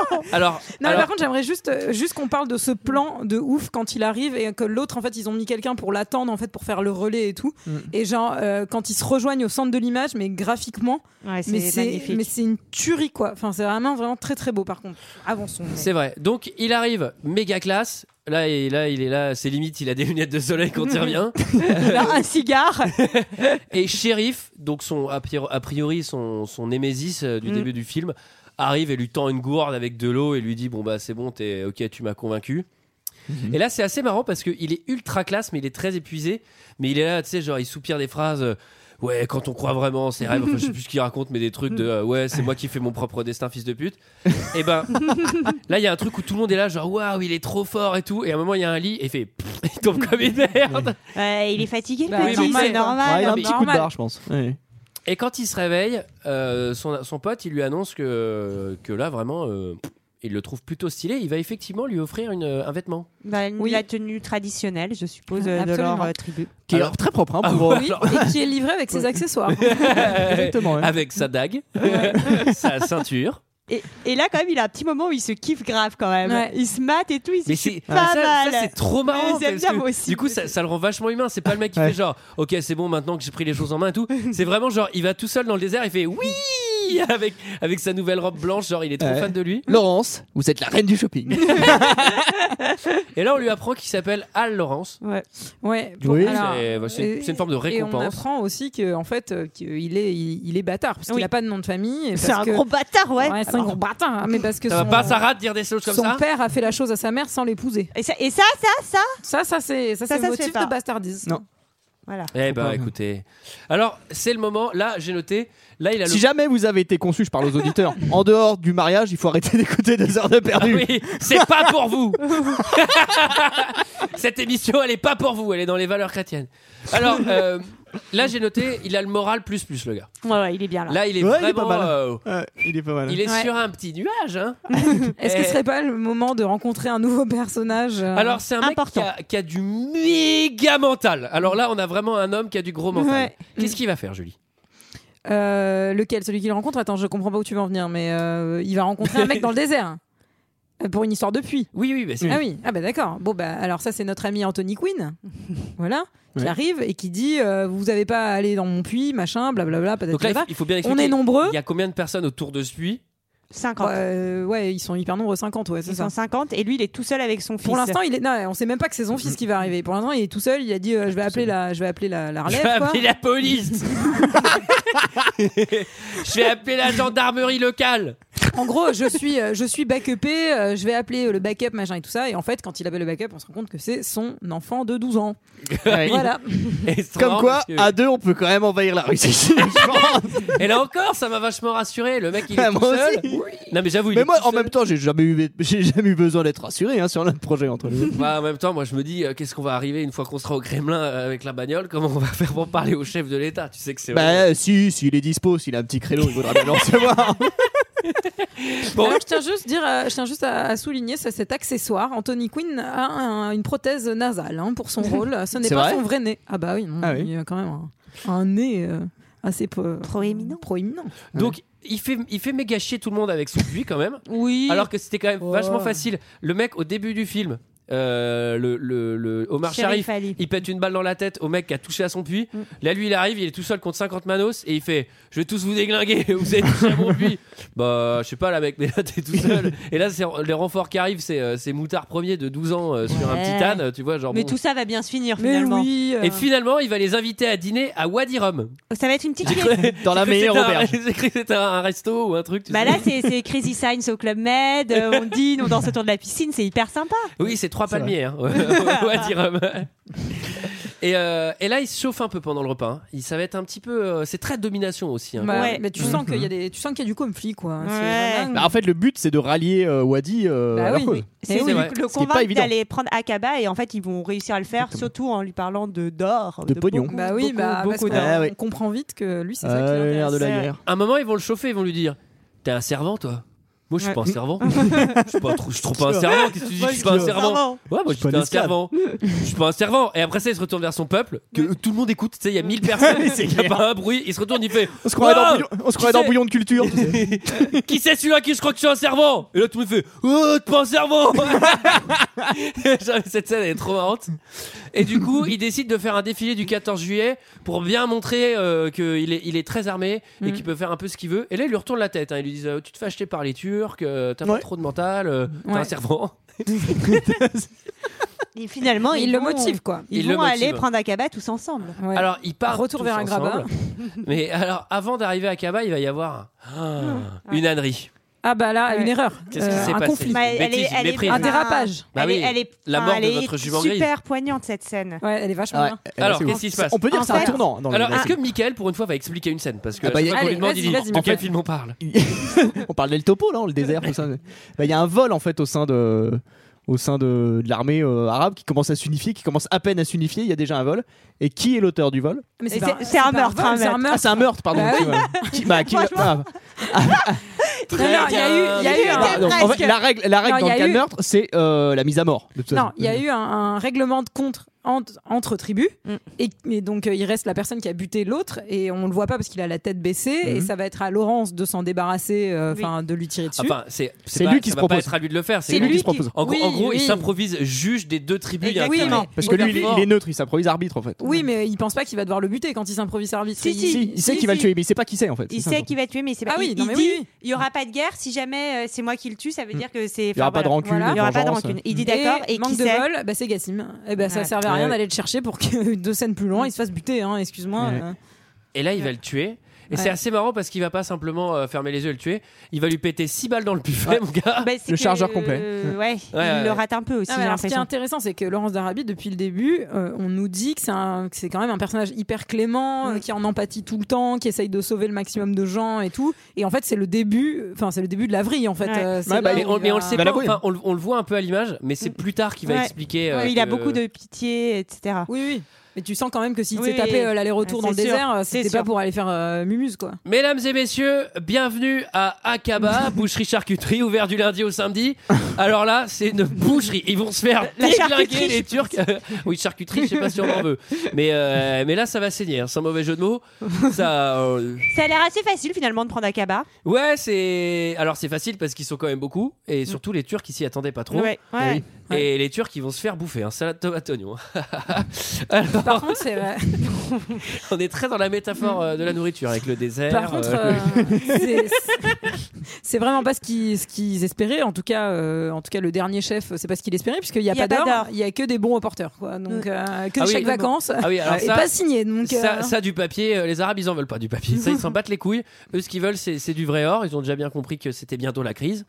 pardon.
Alors,
Non, mais
alors-
par contre, j'aimerais juste, euh, juste qu'on parle de ce plan de ouf quand il arrive et que l'autre, en fait, ils ont mis quelqu'un pour l'attendre, en fait, pour faire le relais et tout.
Mm.
Et genre, euh, quand ils se rejoignent au centre de l'image, mais graphiquement,
Ouais, c'est
mais c'est
magnifique.
mais c'est une tuerie, quoi. Enfin, c'est vraiment, vraiment très, très beau, par contre. Avançons. mais-
C'est vrai. Donc il arrive méga classe. Là, et là, il est là, c'est limite, il a des lunettes de soleil quand il revient.
Il a un cigare.
Et shérif, donc son a priori- a priori son, son némésis euh, du
Mm.
début du film, arrive et lui tend une gourde avec de l'eau et lui dit bon bah c'est bon, t'es ok, tu m'as convaincu. Et là, c'est assez marrant parce qu'il est ultra classe, mais il est très épuisé. Mais il est là, tu sais, genre, il soupire des phrases. euh, Ouais, quand on croit vraiment en ses rêves, enfin, je sais plus ce qu'il raconte, mais des trucs de euh, ouais, c'est moi qui fais mon propre destin, fils de pute. Et ben là, il y a un truc où tout le monde est là, genre waouh, il est trop fort et tout. Et à un moment, il y a un lit et il fait pff, il tombe comme une merde.
Ouais, il est fatigué, le
Bah,
petit,
normal,
c'est
quoi.
normal.
Ah,
Ouais, il a un petit coup de barre,
je pense. Ouais.
Et quand il se réveille, euh, son, son pote, il lui annonce que, que là, vraiment, euh, il le trouve plutôt stylé. Il va effectivement lui offrir une, euh, un vêtement.
Bah, une- La tenue traditionnelle, je suppose, euh, de
Absolument.
leur euh, tribu.
Qui est alors
très propre, hein,
Oui, et qui est livré avec ses accessoires.
Ah,
Avec sa dague, sa ceinture.
Et, et là, quand même, il a un petit moment où il se kiffe grave quand même.
Ouais.
Il se mate et tout, il se
Mais
kiffe
c'est
pas
ça,
mal.
ça, c'est trop marrant.
J'aime
parce
bien,
que,
moi aussi.
Du coup, ça, ça le rend vachement humain. C'est pas le mec qui fait genre, ok, c'est bon maintenant que j'ai pris les choses en main et tout. C'est vraiment genre, il va tout seul dans le désert, il fait oui avec avec sa nouvelle robe blanche. Genre, il est trop
Ouais.
fan de lui.
Laurence, vous êtes la reine du shopping.
Et là, on lui apprend qu'il s'appelle Al Laurence.
Ouais.
Ouais.
Du coup, c'est- bah, c'est-
et-
c'est une forme de
Et on
récompense.
apprend aussi que en fait euh, qu'il est il, il est bâtard parce qu'il
Oui.
a pas de nom de famille. et
C'est
parce
un
que-
gros bâtard, ouais.
c'est un gros bâtard. hein, Mais parce que
Ça va
son-
pas, Sarah, de dire des choses comme
son
ça
père a fait la chose à sa mère sans l'épouser.
Et ça, et ça, ça,
ça, ça, c'est ça,
Ça,
c'est
ça se fait
motif
pas.
de bastardise.
Non.
Voilà.
Eh bah écoutez. Alors, c'est le moment. Là, j'ai noté. Là, il a le.
Si jamais vous avez été conçu, je parle aux auditeurs, en dehors du mariage, il faut arrêter d'écouter des heures de
Ah
perdu.
oui, c'est pas pour vous. Cette émission, elle est pas pour vous. Elle est dans les valeurs chrétiennes. Alors, euh, là, j'ai noté. Il a le moral plus plus le gars.
Ouais, ouais, il est bien là.
Là, il est
Ouais,
vraiment.
il est pas mal.
euh,
Ouais, il est pas mal.
il est
hein. Ouais.
sur un petit nuage. Hein.
Est-ce
Eh.
que ce serait pas le moment de rencontrer un nouveau personnage euh,
Alors, c'est un mec qui a, qui a du méga mental. Alors là, on a vraiment un homme qui a du gros mental.
Ouais.
Qu'est-ce qu'il va faire, Julie
Euh, lequel Celui qu'il rencontre Attends, je comprends pas où tu veux en venir, mais euh, il va rencontrer un mec dans le désert. Euh, Pour une histoire de puits.
Oui, oui, bah, c'est-
Ah oui, ah bah d'accord. Bon, bah alors ça, c'est notre ami Anthony Quinn, voilà, qui
Ouais.
arrive et qui dit euh, Vous avez pas à aller dans mon puits, machin, blablabla, patati
Donc là, il faut-
patata.
il faut bien
On
expliquer.
est nombreux.
Il y a combien de personnes autour de lui
50.
Euh, ouais, ils sont hyper nombreux, 50, ouais, c'est
Ils
ça.
sont 50 et lui, il est tout seul avec son fils.
Pour l'instant, il est. Non, on sait même pas que c'est son fils qui va arriver. Pour l'instant, il est tout seul. Il a dit euh, je vais appeler la, je vais appeler la, la
Mm.
relève.
Je vais
quoi.
appeler la police. je vais appeler la gendarmerie locale.
En gros, je suis, euh, je suis backupé. euh, je vais appeler euh, le backup, machin et tout ça. Et en fait, quand il appelle le backup, on se rend compte que c'est son enfant de 12 ans. Voilà.
Et c'est
Comme
marrant
quoi,
parce que-
à deux, on peut quand même envahir la Russie.
Et là encore, ça m'a vachement rassuré. Le mec, il est
Ah,
tout
moi
seul.
aussi.
Non, mais j'avoue, il
Mais
est
moi,
tout
en
seul.
même temps, j'ai jamais eu, j'ai jamais eu besoin d'être rassuré hein, sur notre projet entre nous.
Bah, en même temps, moi, je me dis, euh, qu'est-ce qu'on va arriver une fois qu'on sera au Kremlin euh, avec la bagnole Comment on va faire pour parler au chef de l'État Tu sais que c'est.
Bah, si, s'il est dispo, s'il a un petit créneau, il faudra bien le recevoir.
Bon.
Alors, je tiens juste, dire, euh, je tiens juste à, à souligner ça, cet accessoire. Anthony Quinn a un- une prothèse nasale hein, pour son rôle. Ce n'est
C'est
pas
vrai
son vrai nez. Ah bah oui, non,
Ah oui.
il a quand même un, un nez euh, assez peu- proéminent.
euh,
Donc, il fait, il fait méga chier tout le monde avec son puits quand même.
Oui. Oh.
Alors que c'était quand même vachement
Ouais.
facile. Le mec, au début du film, euh, le, le, le Omar
Sherif
Sharif,
Ali.
il pète une balle dans la tête au mec qui a touché à son puits.
Mm.
Là, lui, il arrive, il est tout seul contre 50 manos et il fait Je vais tous vous déglinguer, vous avez touché à mon puits. bah, je sais pas, là, mec, mais là, t'es tout seul. et là, c'est les renforts qui arrivent, c'est, euh, c'est Moutard premier de 12 ans euh, sur un
Ouais.
petit âne, tu vois. Genre,
Mais
bon.
tout ça va bien se finir
Mais
finalement.
oui, euh.
Et finalement, il va les inviter à dîner à Wadi Rum.
Ça va être une petite
J'ai cru-
pièce.
Dans Oh, la
j'ai cru que c'était
meilleure
un-
auberge.
J'ai cru que c'était un resto ou un truc. tu
Bah
sais.
là, c'est c'est Crazy Signs au Club Med, euh, on dîne, on danse autour de la piscine, c'est hyper sympa.
Oui, c'est trois palmiers. hein. Wadi Rum. Et, euh, et là, il se chauffe un peu pendant le repas. hein. Il, ça va être un petit peu. euh, c'est très domination aussi.
Bah
hein, quand
Ouais,
même.
bah, mais tu sens qu'il y a des, tu sens qu'il y a du conflit quoi. C'est vraiment-
Bah, en fait, le but, c'est de rallier euh, Wadi euh,
Bah
à leur
oui,
cause.
oui.
C'est
Ce qui est
le
pas
convaincre
évident.
d'aller prendre Akaba et en fait ils vont réussir à le faire, surtout en lui parlant de d'or,
De pognon.
beaucoup,
Bah oui,
beaucoup,
bah, parce
beaucoup
qu'on-
d'or.
on comprend vite que lui c'est
Ah,
ça qui
le nerf
l'intéresse.
de la guerre. À un moment, ils vont le chauffer, ils vont lui dire T'es un servant, toi Moi, je suis
Ouais.
pas un servant. Je suis pas, trop- je suis trop pas un servant. Qu'est-ce que tu dis
Moi,
Je suis pas un servant. Ouais, moi, je suis
pas
un
un esclave.
servant. Je suis pas un servant. Et après ça, il se retourne vers son peuple, que tout le monde écoute. Tu sais, il y a 1000 personnes,
C'est
il n'y a
clair.
pas un bruit. Il se retourne, il fait
On se croirait dans
Waouh
Bouillon- on se croirait dans bouillon de culture. tu sais.
Qui c'est celui-là qui je crois que je suis un servant Et là, tout le monde fait Oh, t'es pas un servant J'avoue, Cette scène, elle est trop marrante. Et du coup, il décide de faire un défilé du 14 juillet pour bien montrer euh, qu'il est, il est très armé et
Mm.
qu'il peut faire un peu ce qu'il veut. Et là, il lui retourne la tête. hein. Ils lui disent euh, Tu te fais acheter par les Turcs, euh, t'as pas trop de mental, euh, t'es un
Ouais.
servant.
Et finalement
Il
ils
le
vont-
motive, quoi.
Ils
Il le
vont
motive.
aller prendre Akaba tous ensemble.
Alors, il part.
Retour
tous
vers
ensemble.
Agrabah.
Mais alors, avant d'arriver à Kaba, il va y avoir ah, une ânerie.
Ah bah là, une
Ouais.
erreur,
Qu'est-ce qui
Euh,
s'est
un
passé
conflit,
Bah,
Une bêtise, une méprise.
vraiment-
un dérapage.
Bah
elle est,
oui,
elle est-
la
enfin,
mort
elle
de
est
notre jument grise.
super poignante cette scène.
Ouais, elle est
Ah
vachement bien.
Alors,
Eh ben, c'est
qu'est-ce
ouf.
qui se passe
On peut dire
En
que c'est un
fait-
tournant. dans le
Alors, est-ce
magazine.
que Michael, pour une fois, va expliquer une scène Parce que
Ah bah,
à chaque fois qu'on
allez,
lui demande, il dit
vas-y, vas-y,
en quel
Michael.
film on parle
on parle d'El Topo là, le désert, tout ça. Bah, Il y a un vol en fait au sein de au sein de, de l'armée euh, arabe qui commence à s'unifier, qui commence à peine à s'unifier. Il y a déjà un vol. Et qui est l'auteur du vol
Mais
Et
pas-
c'est- c'est un
pas
meurtre,
vol,
un
c'est un
meurtre.
Ah,
meurtre.
c'est un meurtre, pardon.
Bah
Qui-
oui.
ouais. Qui- bah, qui- ah.
Non, non, il y a eu, il y a eu
Très
un-
bien.
Ah, donc, en fait, la règle, la règle dans
Non, il y
le
a
cas de
eu-
meurtre, c'est euh, la mise à mort. de toute
Non,
façon.
il y a eu un, un règlement de contre entre, entre tribus
Mm.
et, et donc euh, il reste la personne qui a buté l'autre et on le voit pas parce qu'il a la tête baissée et
Mhm.
ça va être à Laurence de s'en débarrasser, euh,
Oui.
enfin de lui tirer
Ah,
dessus.
Enfin, c'est
C'est
pas-
lui qui
ça
se
va pas
propose.
être à lui de le faire.
C'est lui qui se
qui-
propose.
En, gros-
Oui,
en gros, il
oui.
s'improvise juge des deux tribus. Il y a un
Exactement.
carré.
Parce que lui, il,
Hyper
il
fort.
est neutre, il s'improvise arbitre en fait.
Oui, mais il pense pas qu'il va devoir le buter quand il s'improvise arbitre.
Si,
Il-
si.
Si, il sait
Si,
qu'il va
si.
le tuer, mais il sait pas qui c'est en fait.
Il
C'est ça,
sait
le
qu'il va tuer, mais c'est pas.
Ah oui,
il,
non,
il
mais
dit,
oui, oui.
il y aura pas de guerre. Si jamais euh, c'est moi qui le tue, ça veut dire que c'est.
Hmm. Il y aura
enfin,
pas de
voilà.
rancune,
Voilà.
de
Il y aura pas de
vengeance.
rancune. Il dit d'accord. Et,
manque
qui
de
sait
vol, bah, c'est Gassim. Et ben ça
Ouais. Mm.
servait à rien
Ouais.
d'aller le chercher pour que deux scènes plus loin, il se fasse buter. hein, Excuse-moi.
Ouais.
euh.
Et là, il va le tuer. Et
Ouais.
c'est assez marrant parce qu'il va pas simplement euh, fermer les yeux et le tuer. Il va lui péter 6 balles dans le buffet, mon gars.
Bah, c'est que,
Le chargeur
euh,
complet. Hmm.
ouais,
ouais,
il
ouais.
le rate un peu aussi.
Ah, mais
j'ai
alors, ce qui est
l'impression.
intéressant, c'est que Laurence d'Arabie, depuis le début, euh, on nous dit que c'est un- que c'est quand même un personnage hyper clément, euh,
Mm.
qui est en empathie tout le temps, qui essaye de sauver le maximum de gens et tout. Et en fait, c'est le début. Enfin, c'est le début de la vrille, en fait.
Ouais.
euh, c'est
Ouais, bah,
là
mais,
où
on,
il
mais on
va-
le sait
Il va
pas,
l'avouer.
enfin, on, le- on le voit un peu à l'image, mais c'est plus tard qu'il va
Ouais.
expliquer. euh,
Oui, il a
que-
beaucoup de pitié, etc.
Oui, oui. Mais tu sens quand même que s'il
Oui,
s'est
oui.
tapé euh, l'aller-retour
Ah,
dans le
c'est sûr,
désert, euh,
c'est
c'était pas
sûr.
pour aller faire euh, mumuse, quoi.
Mesdames et messieurs, bienvenue à Akaba, boucherie charcuterie, ouvert du lundi au samedi. Alors là, c'est une boucherie. Ils vont se faire
La
déglinguer
charcuterie,
les Turcs. oui, charcuterie, je sais pas si on en veut. Mais, euh, mais là, ça va saigner, hein, sans mauvais jeu de mots. Ça, euh,
Ça a l'air assez facile finalement de prendre Akaba.
Ouais, c'est. Alors, c'est facile parce qu'ils sont quand même beaucoup. Et surtout, les Turcs, ils s'y attendaient pas trop.
Ouais, ouais.
Eh Oui.
Et les Turcs, ils vont se faire bouffer. Hein. Salade tomate oignon. Alors,
Par contre, c'est vrai.
on est très dans la métaphore euh, de la nourriture avec le désert.
Par contre,
euh,
euh, c'est- c'est vraiment pas ce qu'ils ce qu'ils espéraient. En tout cas, euh, en tout cas, le dernier chef, c'est pas ce qu'il espérait, puisqu'il n'y a, pas d'or, il y a que des bons reporters, quoi. Donc, euh, que
Ah
de
oui.
chaque vacances.
Ah oui, alors
et
ça-
pas signé. Donc, euh,
Ça, ça, du papier, euh, les Arabes ils en veulent pas du papier. Ça, ils s'en battent les couilles. Eux, ce qu'ils veulent, c'est c'est du vrai or. Ils ont déjà bien compris que c'était bientôt la crise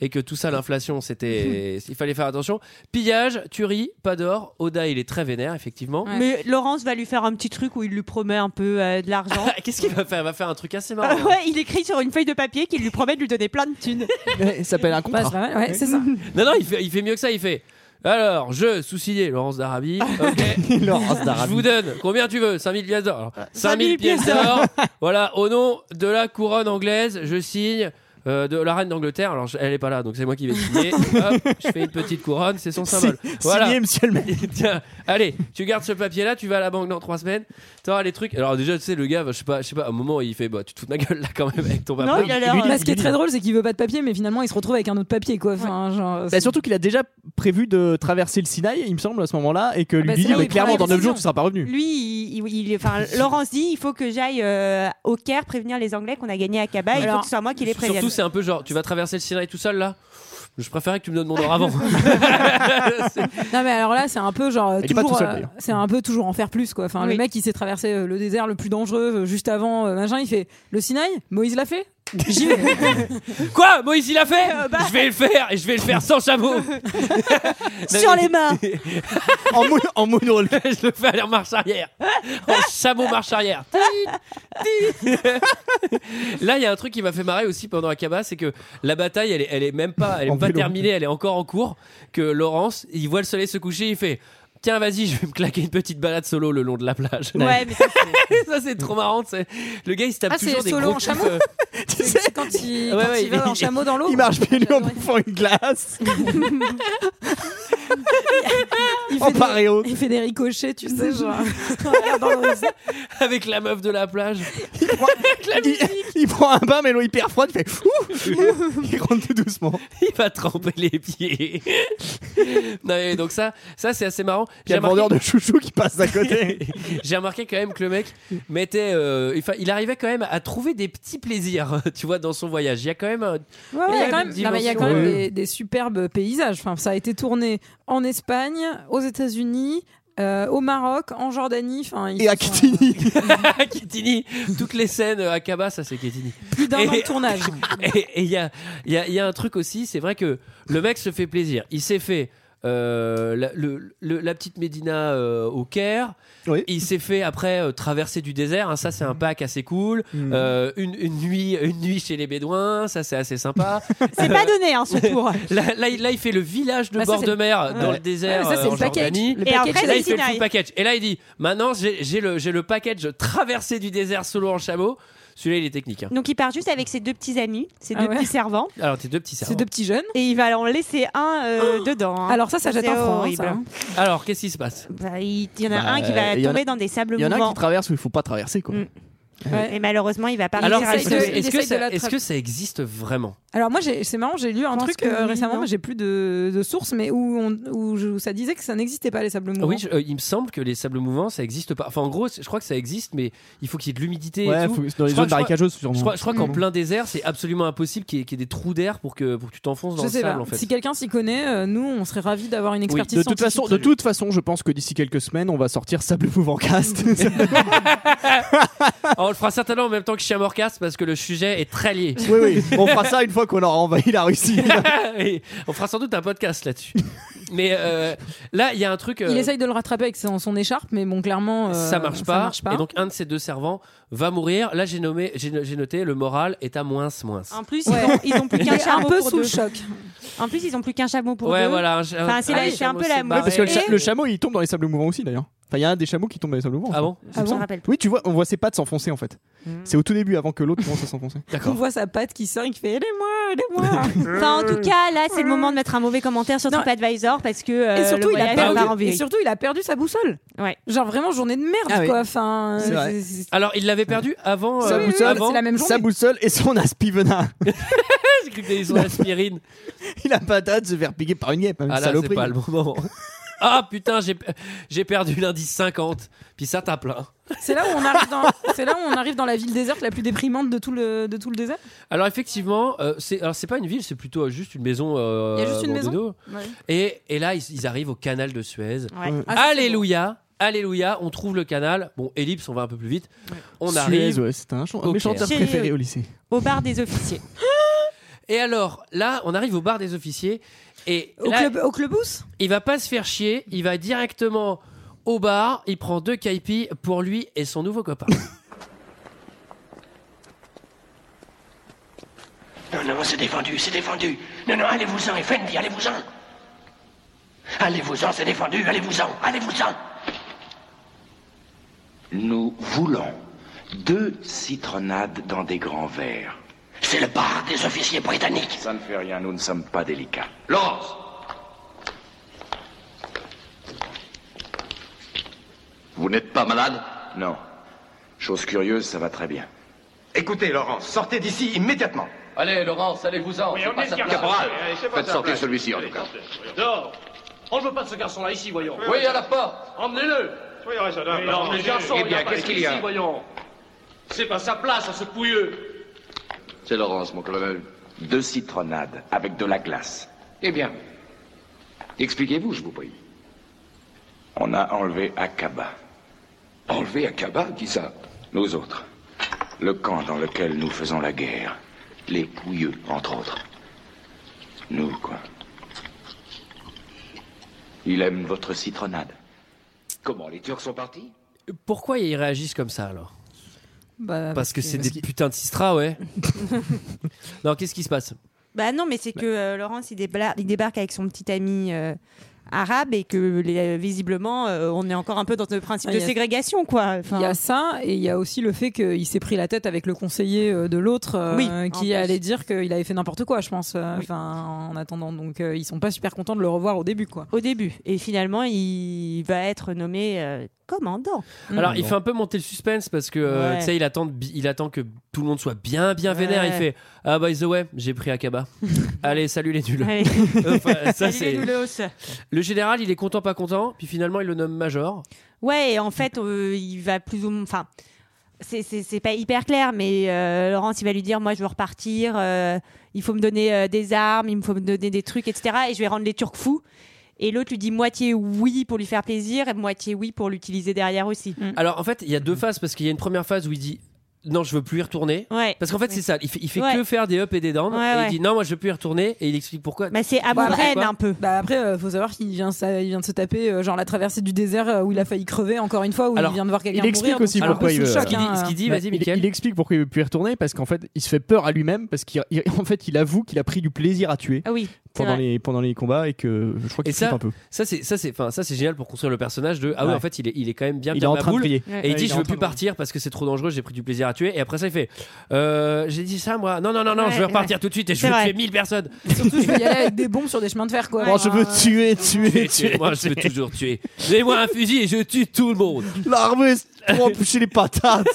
et que tout ça, l'inflation, c'était. Il fallait faire attention. Pillage, tuerie, pas d'or. Oda, il est très vénère, effectivement.
Ouais.
Mais Laurence va lui faire un petit truc où il lui promet un peu euh, de l'argent.
Qu'est-ce qu'il va faire Il va faire un truc assez marrant.
Ah ouais, il écrit sur une feuille de papier qu'il lui promet de lui donner plein de thunes.
truc. Il s'appelle un
bah,
ah.
contrat.
c'est pas mal. Ouais, c'est ça.
Non, non, il fait, il fait mieux que ça. Il fait. Alors, je, soucié, Laurence d'Arabie. Ok.
Laurence
Je
d'Arabie.
vous donne combien tu veux 5000 pièces d'or.
Ah.
Alors, 5000
5000
pièces d'or. voilà, au nom de la couronne anglaise, je signe euh, de la reine d'Angleterre. Alors, je- elle est pas là, donc c'est moi qui vais signer. Hop, je fais une petite couronne, c'est son symbole.
C'est
Voilà.
Signé, monsieur le maire.
Tiens, allez, tu gardes ce papier là, tu vas à la banque dans 3 semaines, t'auras les trucs. Alors, déjà, tu sais, le gars, je sais pas, je sais pas, à un moment, il fait bah, tu te fous de ma gueule là quand même avec ton papier.
non, il a l'air.
Lui, il
euh,
Bah, ce qui est très drôle, c'est qu'il veut pas de papier, mais finalement, il se retrouve avec un autre papier, quoi. Enfin, genre,
Bah,
c'est-
surtout qu'il a déjà prévu de traverser le Sinaï, il me semble, à ce moment-là, et que
Ah,
lui
bah,
dit
c'est là où
mais
il prend
clairement
la
dans 9
décision.
jours tu seras pas revenu.
Lui, il, il- il- enfin, Laurence dit il faut que j'aille euh, au Caire prévenir les Anglais qu'on a gagné à Kaba. Il faut
Alors,
que ce soit moi qui les prévienne.
Surtout, c'est un peu genre, tu vas traverser le Sinaï tout seul là Je préférais que tu me donnes mon or avant.
Non mais alors là c'est un peu genre euh,
Il est pas tout
toujours,
seul,
euh,
d'ailleurs.
c'est un peu toujours en faire plus quoi. Enfin le
Oui.
mec il s'est traversé euh, le désert le plus dangereux euh, juste avant euh, machin il fait le Sinaï Moïse l'a fait
J'y vais. Quoi Moïse, il a fait
Euh, bah.
Je vais le faire et je vais le faire sans chameau. Bah
Sur les mains.
en, mou en Je le fais aller en marche arrière. En chameau marche arrière. Là, il y a un truc qui m'a fait marrer aussi pendant Akaba, c'est que la bataille, elle est, elle est même pas, elle est
En
pas
vélo.
terminée, elle est encore en cours. Que Laurence, il voit le soleil se coucher, il fait. Tiens, vas-y, je vais me claquer une petite balade solo le long de la plage.
Ouais, mais ça,
ça c'est trop marrant. tu sais. Le gars, il se tape
Ah, c'est
toujours des
solo
gros
en
coups,
chameau
euh,
C'est quand il,
Ouais,
quand
ouais,
il va
il-
en chameau
Oh,
dans l'eau.
Il marche pieds nus en bouffant une glace.
Il
En
fait,
part et
des,
autre.
il fait des ricochets, tu sais, genre. en regardant l'horizon.
avec la meuf de la plage.
il, il prend un bain, mais l'eau hyper froide, il fait ouh, Il rentre tout doucement.
Il va tremper les pieds. non, mais donc ça, ça c'est assez marrant.
Il y a le vendeur de chouchou qui passe à côté.
J'ai remarqué quand même que le mec mettait, euh, enfin, il arrivait quand même à trouver des petits plaisirs, tu vois, dans son voyage. Il y a quand même, un-
Ouais, ouais, il y a quand même,
une
non, mais il y a quand
dimension,
même
euh,
des, des superbes paysages. Enfin, ça a été tourné en Espagne, aux États-Unis, euh, au Maroc, en Jordanie. Enfin, ils
Et à
sont-
Kitini.
Kétini, toutes les scènes euh, à Kaba, ça c'est Kétini.
Plus d'un
Et-
an de tournage.
Et et il y a, il y, a, il y a un truc aussi, c'est vrai que le mec se fait plaisir. Il s'est fait euh, la, le- le- la petite Médina euh, au Caire. Il s'est fait après euh, traverser du désert. hein. ça, c'est un pack assez cool.
Hmm. Mm.
Euh, une, une nuit, une nuit chez les Bédouins. Ça, c'est assez sympa.
C'est pas donné, hein, ce tour.
Là, là, il- là, il fait le village de
Bah, ça,
bord
c'est-
de mer dans
Ouais.
le
Ah,
désert
Ouais, ça, c'est
euh,
le
en
package.
Jordanie.
Le Et package après,
là, il
c'est
fait le
Sinaï.
full package. Et là, il dit maintenant, j'ai j'ai le, j'ai le package traversé du désert solo en chameau. Celui-là, il est technique. hein.
Donc il part juste avec ses deux petits amis, ses
Ah
deux
ouais.
petits servants.
Alors, tes deux petits servants.
petits jeunes.
Et il va en laisser un euh, dedans. hein.
Alors ça, ça jette
c'est
un franc, hein,
horrible,
ça,
hein.
Alors, qu'est-ce qui se passe
Bah, il il y en a
Bah,
un qui va
il y en a-
tomber dans des sables
Il y en a un
mouvants.
qui traverse où il faut pas traverser
Mm.
quoi.
Et malheureusement, il va pas
Alors,
réussir à
est-ce que,
le
est-ce que
essaye de
ça,
l'attraper.
est-ce que ça existe vraiment
Alors moi, j'ai- c'est marrant, j'ai lu un
pense
truc
que
euh,
oui,
récemment,
non.
mais j'ai plus de, de sources, mais où, on- où je- où ça disait que ça n'existait pas les sables mouvants.
Oui, je- euh, il me semble que les sables mouvants, ça existe pas. Enfin, en gros, c'est- je crois que ça existe, mais il faut qu'il y ait de l'humidité. et
Ouais,
tout.
faut- c'est dans les
Je crois-
zones
je crois-
marécageuses, sûrement.
Je crois, je crois qu'en
Mm.
plein désert, c'est absolument impossible qu'il y, ait- qu'il y ait des trous d'air pour que pour que tu t'enfonces dans
Je
le
sais
sable,
pas.
en fait.
Si quelqu'un s'y connaît, euh, nous, on serait ravis d'avoir une expertise.
de toute façon, de
scientifique.
toute façon, je pense que d'ici quelques semaines, on va sortir Sable Mouvant Cast.
Alors, Ah, on le fera certainement en même temps que Chien Morcast parce que le sujet est très lié.
oui, oui. On fera ça une fois qu'on aura envahi la Russie.
Ah
Et on fera sans doute un podcast là-dessus. Mais euh, là, il y a un truc. euh,
Il essaye de le rattraper avec son, son écharpe, mais bon, clairement, euh,
ça marche pas.
marche pas.
Et donc un de ces deux servants va mourir. Là, j'ai nommé, j'ai j'ai noté le moral est à moins moins.
En plus,
Ouais.
ils, ont, ils ont plus
Il
qu'un
est un
chameau
peu
pour
sous le
deux.
choc.
En plus, ils ont plus qu'un chameau pour
ouais,
deux.
voilà.
Enfin, c'est la-
le
c'est un
chameau
peu la
s'est
mode.
barré.
Parce que le, cha-
Et-
le chameau, il tombe dans les sables mouvants aussi d'ailleurs. Enfin, il y a un des chameaux qui tombe dans les sables mouvants.
Ah bon Hmm.
Ah
Je me
bon
rappelle pas.
Oui, tu vois, on voit ses pattes s'enfoncer en fait. C'est au tout début avant que l'autre commence à s'enfoncer.
On
D'accord.
voit sa patte qui sort, qui fait aidez-moi, aidez-moi.
Enfin, en tout cas, là, c'est le moment de mettre un mauvais commentaire sur
Non.
TripAdvisor parce que euh,
et
le
surtout, il a
voyage
perdu,
part en
et
vrille.
surtout, il a perdu sa boussole.
Ouais.
Genre vraiment journée de merde,
Ah oui.
quoi. Enfin,
C'est
euh,
vrai.
c'est- c'est-
Alors, il l'avait perdu avant.
Sa
euh,
boussole,
avant-
c'est la même
Sa
journée.
boussole et son aspivena.
J'ai cru que t'avais son aspirine.
Il a pas hâte de se faire piquer par une guêpe. hein, une
Ah là, c'est
saloperie.
pas le moment. Ah putain, j'ai j'ai perdu l'indice 50. Puis ça tape là.
C'est là où on arrive dans, c'est là où on arrive dans la ville déserte la plus déprimante de tout le de tout le désert.
Alors effectivement, euh, c'est alors c'est pas une ville, c'est plutôt euh, juste une maison. euh,
Il y a juste une maison
Bordeaux. Et, et là, ils, ils arrivent au canal de Suez.
Ouais.
Ouais.
Ah, ça, c'est
Alléluia. Alléluia, on trouve le canal. Bon, ellipse, on va un peu plus vite. On
Suez,
arrive.
ouais, c'était un, chant- un
Ok.
de mes chanteurs
Chez-
préférés au lycée.
Au bar des officiers.
Et alors, là, on arrive au bar des officiers. Et
Au
là,
club, au clubus.
il va pas se faire chier. Il va directement au bar. Il prend deux caipi pour lui et son nouveau copain.
Non, non, c'est défendu, c'est défendu. Non, non, allez-vous-en, Effendi, allez-vous-en. Allez-vous-en, c'est défendu, allez-vous-en, allez-vous-en.
Nous voulons deux citronnades dans des grands verres.
C'est le bar des officiers britanniques.
Ça ne fait rien, nous ne sommes pas délicats.
Laurence
Vous n'êtes pas malade Non. Chose curieuse, ça va très bien.
Écoutez, Laurence, sortez d'ici immédiatement.
Allez, Laurence, allez-vous-en.
Oui, on est bien. Caporal, Allez, c'est pas faites sa sortir place.
celui-ci, en tout cas.
Dehors On ne veut pas de ce garçon-là ici, voyons.
porte.
Emmenez-le
Soyez raisonnable.
Mais non, le garçon,
Eh
il
bien,
a pas
qu'est-ce
été
qu'il y a
ici, voyons. C'est pas sa place, à ce pouilleux.
C'est Laurence, mon colonel. Deux citronnades avec de la glace. Eh bien, expliquez-vous, je vous prie. On a enlevé Akaba. Enlevé Akaba Qui ça Nous autres. Le camp dans lequel nous faisons la guerre. les pouilleux, entre autres. Nous, quoi. Il aime votre citronnade. Comment, les Turcs sont partis
Pourquoi ils réagissent comme ça alors
Ah, Bah,
Parce que c'est des putains de cistras, ouais. non, qu'est-ce qui se passe
Bah non, mais c'est que euh, Laurence, il, débla- il débarque avec son petit ami euh, arabe et que les- visiblement, euh, on est encore un peu dans le principe
Ah,
de
il y a-
ségrégation, quoi. Enfin,
Il y a ça, et il y a aussi le fait qu'il s'est pris la tête avec le conseiller euh, de l'autre euh,
Oui,
qui allait dire qu'il avait fait n'importe quoi, je pense, euh, enfin, en attendant. Donc euh, ils sont pas super contents de le revoir au début. Quoi.
Au début. Et finalement, il va être nommé euh, commandant.
Ah,
Alors, il fait un peu monter le suspense parce que euh,
Mm. Ouais.
tu sais, il attend, de bi- il attend que tout le monde soit bien, bien vénère.
Ouais.
Il fait Ah, by the way, j'ai pris Akaba. Allez, salut les nuls.
Allez.
Enfin, ça,
Salut les
c'est-
doulos.
Le général, il est content, pas content. Puis finalement, il le nomme major.
Ouais, et en fait, euh, il va plus ou moins. Enfin, c'est- c'est c'est pas hyper clair, mais euh, Laurence, il va lui dire Moi, je veux repartir, euh, il faut me donner euh, des armes, il me faut me donner des trucs, etc. Et je vais rendre les Turcs fous. Et l'autre lui dit moitié oui pour lui faire plaisir et moitié oui pour l'utiliser derrière aussi.
Alors, en fait, il y
Mm.
a deux phases parce qu'il y a une première phase où il dit Non, je veux plus y retourner.
Ouais.
Parce qu'en fait, c'est ça. Il fait, il fait
Ouais.
que faire des ups et des downs.
Ouais,
et
ouais.
il dit Non, moi, je veux plus y retourner. Et il explique pourquoi.
Bah, c'est à
Bah,
vous
après,
prenne
quoi.
un peu.
Bah après, euh, faut savoir qu'il vient, ça, il vient de se taper euh, genre la traversée du désert euh, où il a failli crever encore une fois, où il vient de voir quelqu'un
il explique
mourir,
aussi
donc c'est un
pourquoi
peu
il
sous
veut.
le choc, hein.
Bah, il- Il explique pourquoi il veut plus y retourner parce qu'en fait, il se fait peur à lui-même parce qu'en fait, il avoue qu'il a pris du plaisir à tuer
Ah oui,
pendant
vrai.
les pendant les combats et que je crois
Et
qu'il flippe
ça,
un peu.
ça c'est ça c'est enfin ça c'est génial pour construire le personnage de ah ouais,
Ouais.
en fait il est il est quand même bien
Il
bien
est en
ma
train de
boule.
briller.
et
Ouais.
il
Ouais, Ah, il
dit
est
je
en
veux
train
plus
de
partir parce que c'est trop dangereux j'ai pris du plaisir à tuer et après ça il fait euh, j'ai dit ça moi non non non non
Ouais,
je vais repartir
ouais.
tout de suite et je
C'est
vais
vrai.
tuer 1000 personnes
Surtout, je vais y aller avec des bombes sur des chemins de fer, quoi.
Oh, je veux tuer, tuer,
Tuer,
tuer.
moi je veux toujours tuer donnez-moi un fusil et je tue tout le monde
L'armée, c'est pour empêcher les patates.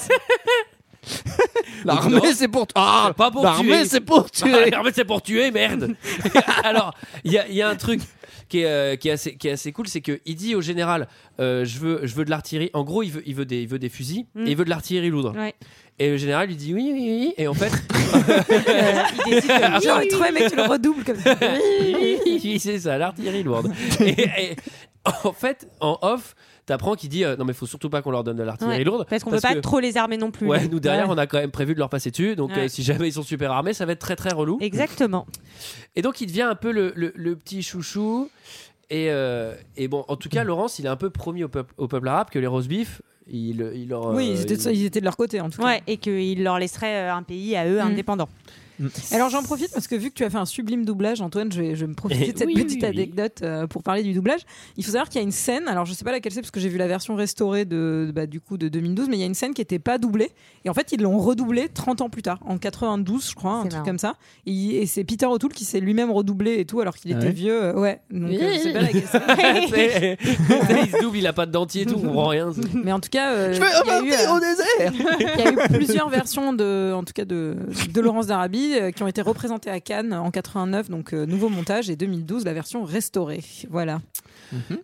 Non.
L'armée, c'est pour. Ah,
pas pour
L'armée,
tuer.
c'est pour
Ah,
tuer.
L'armée, c'est pour tuer, merde. Alors, il y, a- il y a un truc qui est, euh, qui est assez, qui est assez cool, c'est qu'il dit au général, euh, je, veux, je veux de l'artillerie. En gros, il veut, il veut, des, il veut des fusils
Mm.
et il veut de l'artillerie lourde.
Ouais.
Et le général lui dit oui, oui, oui. Et en fait,
il décide que-
J'ai envie de trouver, mec, tu le redoubles comme ça.
Oui, c'est ça, l'artillerie lourde. et, et en fait, en off, t'apprends qu'il dit euh, non, mais faut surtout pas qu'on leur donne de l'artillerie
Ouais,
lourde.
Parce qu'on veut pas
que-
trop les armer non plus.
Ouais, nous derrière,
Ouais.
on a quand même prévu de leur passer dessus. Donc,
Ouais.
euh, si jamais ils sont super armés, ça va être très très relou.
Exactement.
Et donc, il devient un peu le, le- le petit chouchou. Et, euh, et bon, en tout cas, Laurence, il a un peu promis au peuple, au peuple arabe que les roast beef, il, il leur.
Oui, ils
euh,
étaient, de,
il-
ils étaient de leur côté en
Mm.
tout cas.
Ouais, et qu'il leur laisserait euh, un pays à eux indépendant.
Alors j'en profite parce que vu que tu as fait un sublime doublage, Antoine, je vais, je vais me profiter
Eh
de cette
oui,
petite
oui, oui.
anecdote euh, pour parler du doublage. Il faut savoir qu'il y a une scène, alors je sais pas laquelle c'est parce que j'ai vu la version restaurée de, bah, du coup de 2012, mais il y a une scène qui était pas doublée et en fait ils l'ont redoublée 30 ans plus tard, en 92 je crois,
C'est
un truc
marrant.
comme ça. Et, et c'est Peter O'Toole qui s'est lui-même redoublé et tout alors qu'il
Ah
était
ouais
vieux. euh, ouais, donc euh, je sais pas laquelle c'est.
C'est- il se double, il a pas de dentier et tout, on comprend rien. c'est-
Mais en tout cas, euh,
Je vais
il y a eu,
repartir
euh,
au désert.
Il y a eu plusieurs versions de, en tout cas de, de Laurence d'Arabie euh, qui ont été représentées à Cannes en 89, donc euh, nouveau montage, et 2012 la version restaurée. Voilà.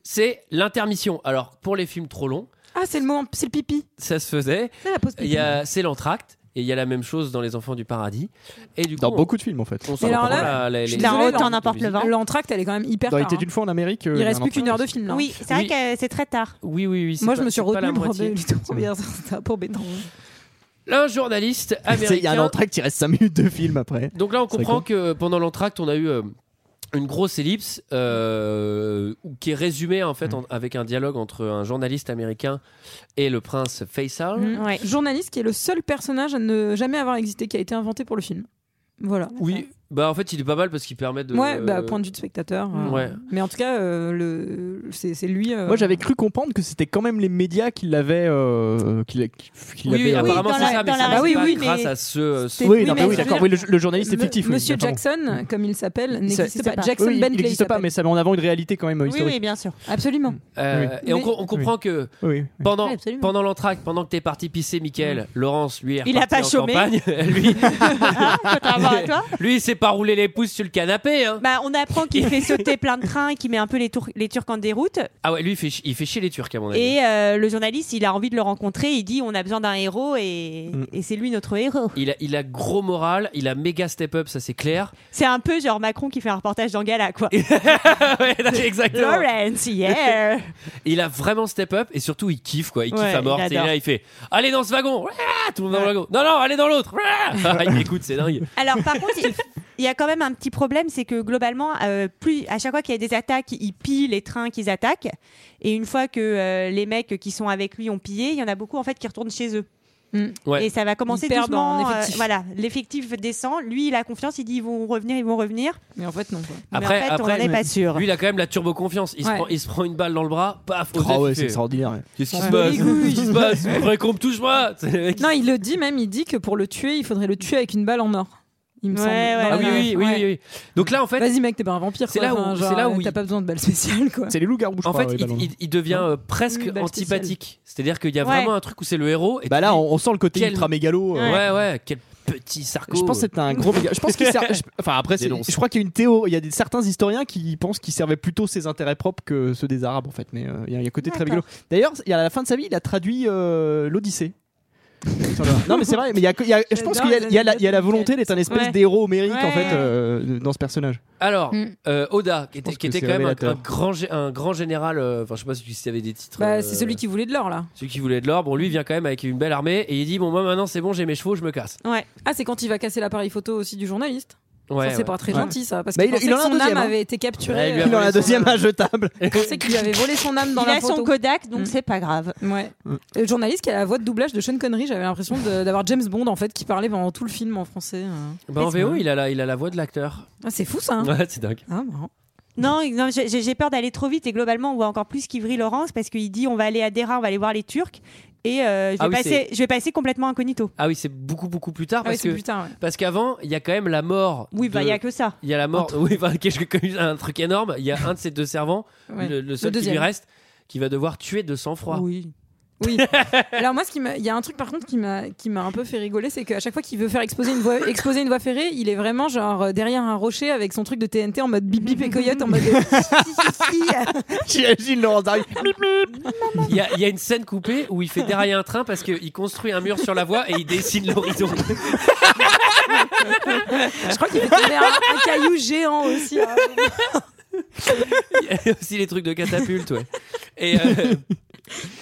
C'est l'intermission. Alors, pour les films trop longs,
Ah, c'est le moment, c'est le pipi.
ça se faisait.
C'est la pause
Il
pipi.
y a- C'est l'entracte. Et il y a la même chose dans Les Enfants du Paradis. Et du coup,
Dans
on-
beaucoup de films, en fait.
On
Mais
s'en
alors
prend
là,
la- la-
je
les-
suis désolée,
les-
Laurent,
les- les-
L'entracte, elle est quand même hyper.
Dans Il
tard,
était
hein.
d'une fois en Amérique. euh,
Il
y a
reste
un
plus qu'une heure de
entracte.
film. là.
Oui, c'est vrai que euh, c'est très tard.
Oui, oui, oui. c'est
Moi, je
pas-
me suis
c'est pas la
retenue pour
moitié.
les deux premières, c'était un peu embêtant.
Un journaliste
Tu sais, Il y a un
américain
entracte, il reste 5 minutes de film après.
Donc là, on
C'est
comprend
con.
que pendant l'entracte, on a eu euh, une grosse ellipse euh, où- qui est résumée en fait
Mm.
en- avec un dialogue entre un journaliste américain et le prince Faisal.
Mm. Journaliste qui est le seul personnage à ne jamais avoir existé, qui a été inventé pour le film. Voilà.
Oui, bah en fait, il est pas mal parce qu'il permet de.
Ouais, bah, point de vue de spectateur. euh,
Ouais.
Mais en tout cas, euh, le, c'est c'est lui. euh,
Moi, j'avais cru comprendre que c'était quand même les médias qui l'avaient. euh, qui l'a- qui- qui
Oui, oui,
l'avaient, euh,
apparemment
dans
c'est
la-
ça, mais
dans
ça
la-
marche
Bah oui,
pas
oui,
grâce
mais-
à ce. euh, ce-
C'était-
Oui, non, mais
mais
oui,
je veux
d'accord.
dire-
Oui, le, le journaliste est
Me-
fictif. oui,
Monsieur
d'accord.
Jackson, comme il s'appelle, n'existe
Ça-
pas. Jackson
Oui,
Bentley.
Il n'existe pas, Mm. mais ça met en avant une réalité quand même euh,
Oui, oui,
historique.
bien sûr.
Absolument.
Euh,
Oui.
Et on,
Mais-
co- on comprend que
Oui.
pendant,
Oui, absolument.
pendant l'entracte, pendant que t'es parti pisser, Michael, Laurence, lui, est
Il a
reparti
pas
en
chômé.
campagne. lui,
Faut avoir à toi
lui, il s'est pas rouler les pouces sur le canapé. Hein.
Bah, on apprend qu'il fait sauter plein de trains et qu'il met un peu les, tour- les Turcs en déroute.
Ah ouais, lui, il fait, chi- il fait chier les Turcs, à mon avis.
Et euh, le journaliste, il a envie de le rencontrer. Il dit on a besoin d'un héros et, et c'est lui notre héros.
Il a, il a gros moral, il a méga step up, ça c'est clair.
C'est un peu genre Macron qui fait un reportage dans Gala, quoi. Ah
Ouais, non, exactement.
Lawrence, yeah.
Il a vraiment step up et surtout il kiffe quoi, il kiffe
Ouais,
à mort.
il
Il,
adore.
là, il fait Allez dans ce wagon Ouah Tout le monde dans le wagon. Non, non, allez dans l'autre Ouah Il écoute, c'est dingue.
Alors par contre, il- il y a quand même un petit problème, c'est que globalement, euh, plus à chaque fois qu'il y a des attaques, ils pillent les trains qu'ils attaquent. Et une fois que euh, les mecs qui sont avec lui ont pillé, il y en a beaucoup en fait qui retournent chez eux.
Ouais.
Et ça va commencer
Ils perdent
doucement. euh,
en effectif.
voilà, l'effectif descend. Lui, il a confiance. Il dit ils vont revenir, ils vont revenir.
Mais en fait non.
Après, en fait, on n'en est pas sûr.
Lui, il a quand même la turbo confiance. Il, se,
Ouais.
prend, il se prend une balle dans le bras, paf,
Ah
Osef,
ouais,
il
c'est
fait,
extraordinaire.
Qu'est-ce qui
Ouais.
se passe
Les couilles.
Qu'est-ce qui se passe Faudrait qu'on me touche moi C'est le mec qui-
Non, il le dit même. Il dit que pour le tuer, il faudrait le tuer avec une balle en or. Il me
Ouais,
semble.
ouais,
Dans
Ah oui,
la-
oui, oui,
Ouais.
oui, oui. Donc là, en fait.
Vas-y mec, t'es pas un vampire.
C'est
quoi.
là où-
Enfin, genre,
c'est là où
euh,
il-
t'as pas besoin de balle spéciale quoi.
C'est les loups-garous.
En fait,
crois, oui,
il,
ballon.
il- il devient euh, presque
Oui, balle spéciale.
antipathique. C'est-à-dire qu'il y a
Ouais.
vraiment un truc où c'est le héros. Et
Bah là, on, on sent le côté
Quel-
ultra mégalo. euh,
Ouais, ouais, quel petit sarco.
Je pense que c'est un gros méga. Je pense qu'il sert- je- Enfin après, c'est-
Dénonce.
je crois qu'il y a une théo. Il y a des- certains historiens qui pensent qu'il servait plutôt ses intérêts propres que ceux des Arabes en fait. Mais euh, il y, a- il y a un côté très rigolo. D'ailleurs, il y a- à la fin de sa vie, il a traduit euh, l'Odyssée. Sur le- non mais c'est vrai. Mais il y a- il y a- je pense qu'il y a, il y a la, il y a la volonté d'être un espèce
Ouais.
d'héros homérique en fait
Ouais.
euh, dans ce personnage.
Alors, euh, Oda, qui était,
pense
qui
que
était
c'est
quand même un,
révélateur.
un grand, gé- un grand général. euh, Enfin, je sais pas si tu savais des titres.
Bah,
euh,
c'est celui qui voulait de l'or là.
celui qui voulait de l'or. Bon, lui, il vient quand même avec une belle armée et il dit Bon, moi maintenant, c'est bon, j'ai mes chevaux, je me casse.
Ouais.
Ah, c'est quand il va casser l'appareil photo aussi du journaliste.
Ouais,
Ça, c'est
ouais.
pas très
Ouais.
gentil ça, parce
Bah,
qu'il
il-
pensait
il en
que
a un
son
deuxième,
âme
hein.
avait été capturée.
Ouais, il lui a Il en a volé son deuxième âme. injetable.
Il pensait qu'il lui avait volé son âme dans
Il
la
a
photo. Mm.
son Kodak, donc c'est pas grave.
Ouais. Le Euh, journaliste qui a la voix de doublage de Sean Connery, j'avais l'impression de- d'avoir James Bond en fait qui parlait pendant tout le film en français. euh.
Bah, en VO, il a la, il a la voix de l'acteur.
Ah, c'est fou ça. hein.
Ouais, c'est dingue.
Ah, marrant.
Non, non, j'ai- j'ai j'ai peur d'aller trop vite et globalement on voit encore plus qu'Ivry Laurence parce qu'il dit on va aller à Dera, on va aller voir les Turcs et euh, je, vais
Ah oui,
passer,
c'est-
je vais passer complètement incognito.
Ah oui, c'est beaucoup, beaucoup plus tard.
Ah oui,
Parce
c'est
que-
plus tard, ouais.
parce qu'avant, il y a quand même la mort.
Oui, bah,
de-
il y a que ça.
Il y a la mort. Oui, bah, quelque- quelque- un truc énorme. Il y a un de ses deux servants,
Ouais.
le, le seul
Le
qui lui
deuxième.
reste, qui va devoir tuer de sang-froid.
Oui. Oui. Alors moi, ce qui m'a- il y a un truc par contre qui m'a qui m'a un peu fait rigoler, c'est qu'à chaque fois qu'il veut faire exploser une voie exploser une voie ferrée, il est vraiment genre euh, derrière un rocher avec son truc de TNT en mode bip bip et coyote en mode. euh,
J'imagine Laurence Darry.
Il y, a- il y a une scène coupée où il fait dérailler un train parce qu'il construit un mur sur la voie et il dessine l'horizon.
Je crois qu'il fait tomber un, un caillou géant aussi. hein.
Il y a aussi les trucs de catapulte, ouais. Et euh,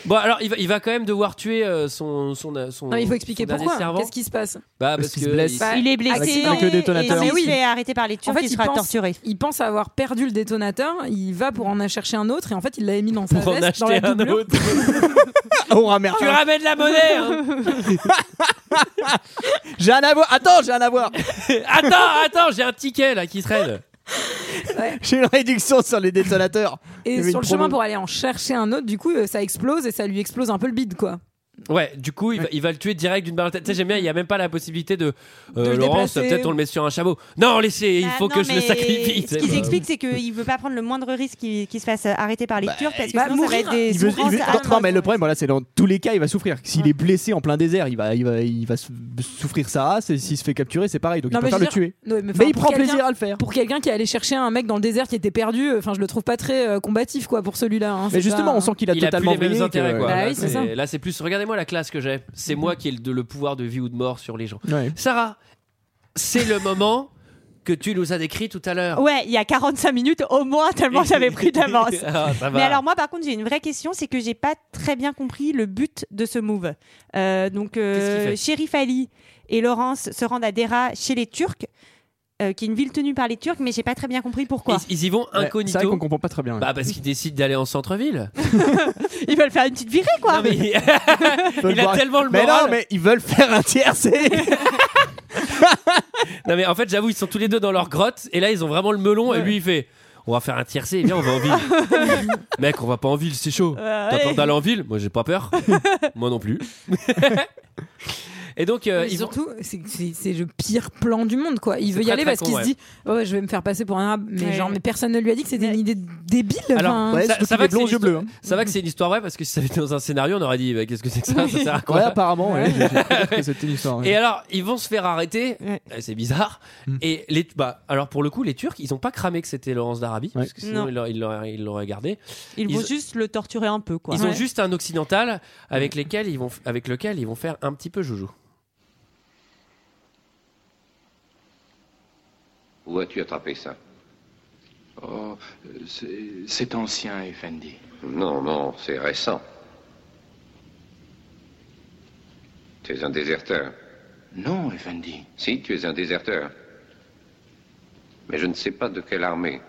bon, alors il va, il va quand même devoir tuer euh, son son euh, son.
Non, mais il faut expliquer
son dernier
pourquoi. hein.
servant.
Qu'est-ce qui se passe
Bah
Parce
parce
qu'il
que
se blesse.
il-
Bah,
Il est blessé
accident.
Avec le
et
détonateur.
Ah
s'il
oui.
se fait arrêter par les Turcs, il sera
pense,
torturé.
il pense avoir perdu le détonateur. Il va pour en chercher un autre et en fait, il l'avait mis dans sa
Pour en
veste, dans la
acheter un
doublure.
autre.
On ramène.
Tu ramènes la monnaie. hein.
J'ai un avoir. Attends, j'ai un avoir.
attends, attends, j'ai un ticket là qui traîne.
J'ai une réduction sur les détonateurs. Il y
Et
avait
sur
une
le
promo.
chemin pour aller en chercher un autre, du coup, euh, ça explose et ça lui explose un peu le bide, quoi.
Ouais, du coup, il va, il va le tuer direct d'une balle en tête. Tu sais, j'aime bien, il n'y a même pas la possibilité de.
De
Euh,
le
Laurence,
déplacer.
peut-être on le met sur un chameau. Ah Non, laissez, il
Bah,
faut
non,
que je le
mais
sacrifie.
Ce qu'ils expliquent, c'est qu'il veut pas prendre le moindre risque qu'il qu'il se fasse arrêter par les Turcs parce que
bah,
sinon
mourir.
ça va être des
Il veut- il
souffrances
veut-
atroces.
non, mais le problème, voilà, c'est dans tous les cas, il va souffrir. S'il est blessé en plein désert, il va, il va, il va sou- souffrir sa race. Et s'il se fait capturer, c'est pareil. Donc
Non,
il
mais
préfère
je
le
veux dire-
tuer.
Ouais,
mais
enfin,
il
pour
prend plaisir
quelqu'un-
à le faire.
Pour quelqu'un qui est allé chercher un mec dans le désert qui était perdu, euh, enfin, je le trouve pas très euh, combatif, quoi, pour celui-là. hein.
Mais
C'est
justement,
pas-
on sent qu'il a
il a plus
totalement
les mêmes
brillé,
intérêts.
que-
Quoi.
Bah
là,
oui, c'est ça.
là, c'est plus. Regardez-moi la classe que j'ai. C'est moi qui ai le, le pouvoir de vie ou de mort sur les gens.
Ouais.
Sarah, c'est le moment que tu nous as décrit tout à l'heure.
Ouais, il y a 45 minutes au moins tellement Oh, j'avais pris d'avance.
Ah, ça va.
Mais alors moi par contre j'ai une vraie question, c'est que j'ai pas très bien compris le but de ce move. Euh, donc euh,
Qu'est-ce
Shérif Ali et Laurence se rendent à Dera chez les Turcs, euh, qui est une ville tenue par les Turcs, mais j'ai pas très bien compris pourquoi.
ils, ils y vont
Ouais, C'est vrai
incognito.
qu'on comprend pas très bien. ouais.
bah parce qu'ils décident d'aller en centre-ville.
Ils veulent faire une petite virée quoi.
Non, mais il
Ils veulent
a
voir-
tellement le
Mais
moral.
non, mais ils veulent faire un tiercé.
Non mais en fait j'avoue ils sont tous les deux dans leur grotte et là ils ont vraiment le melon et lui il fait on va faire un tiercé viens on va en ville. Mec on va pas en ville c'est chaud.
Euh,
T'as peur
ouais.
d'aller en ville Moi j'ai pas peur. Moi non plus. Et donc, euh,
Mais
ils vont-
surtout, c'est- c'est c'est le pire plan du monde, quoi. Il veut y
très,
aller
très
parce
con,
qu'il
ouais.
se dit, oh, ouais, je vais me faire passer pour un arabe. Mais
Ouais.
genre, mais personne ne lui a dit que c'était une idée débile. enfin,
Alors, ça, ça va que c'est une histo-
hein.
ça va que c'est une histoire vraie parce que si ça avait été dans un scénario, on aurait dit bah, qu'est-ce que c'est que ça, ça sert à quoi
Ouais, apparemment, ouais, j'ai- j'ai compris que c'était une histoire. ouais.
Et euh, alors, ils vont se faire arrêter. Euh, C'est bizarre. Et les, bah, alors pour le coup, les Turcs, ils ont pas cramé que c'était Laurence d'Arabie, parce que sinon
Non.
ils l'auraient- ils l'auraient ils l'auraient gardé.
Ils vont juste le torturer un peu, quoi.
ils ont juste un occidental avec lesquels ils vont, f- avec lequel ils vont faire un petit peu joujou.
Où as-tu attrapé ça
Oh, c'est- c'est ancien, Effendi.
Non, non, c'est récent. Tu es un déserteur.
Non, Effendi.
Si, tu es un déserteur. Mais je ne sais pas de quelle armée.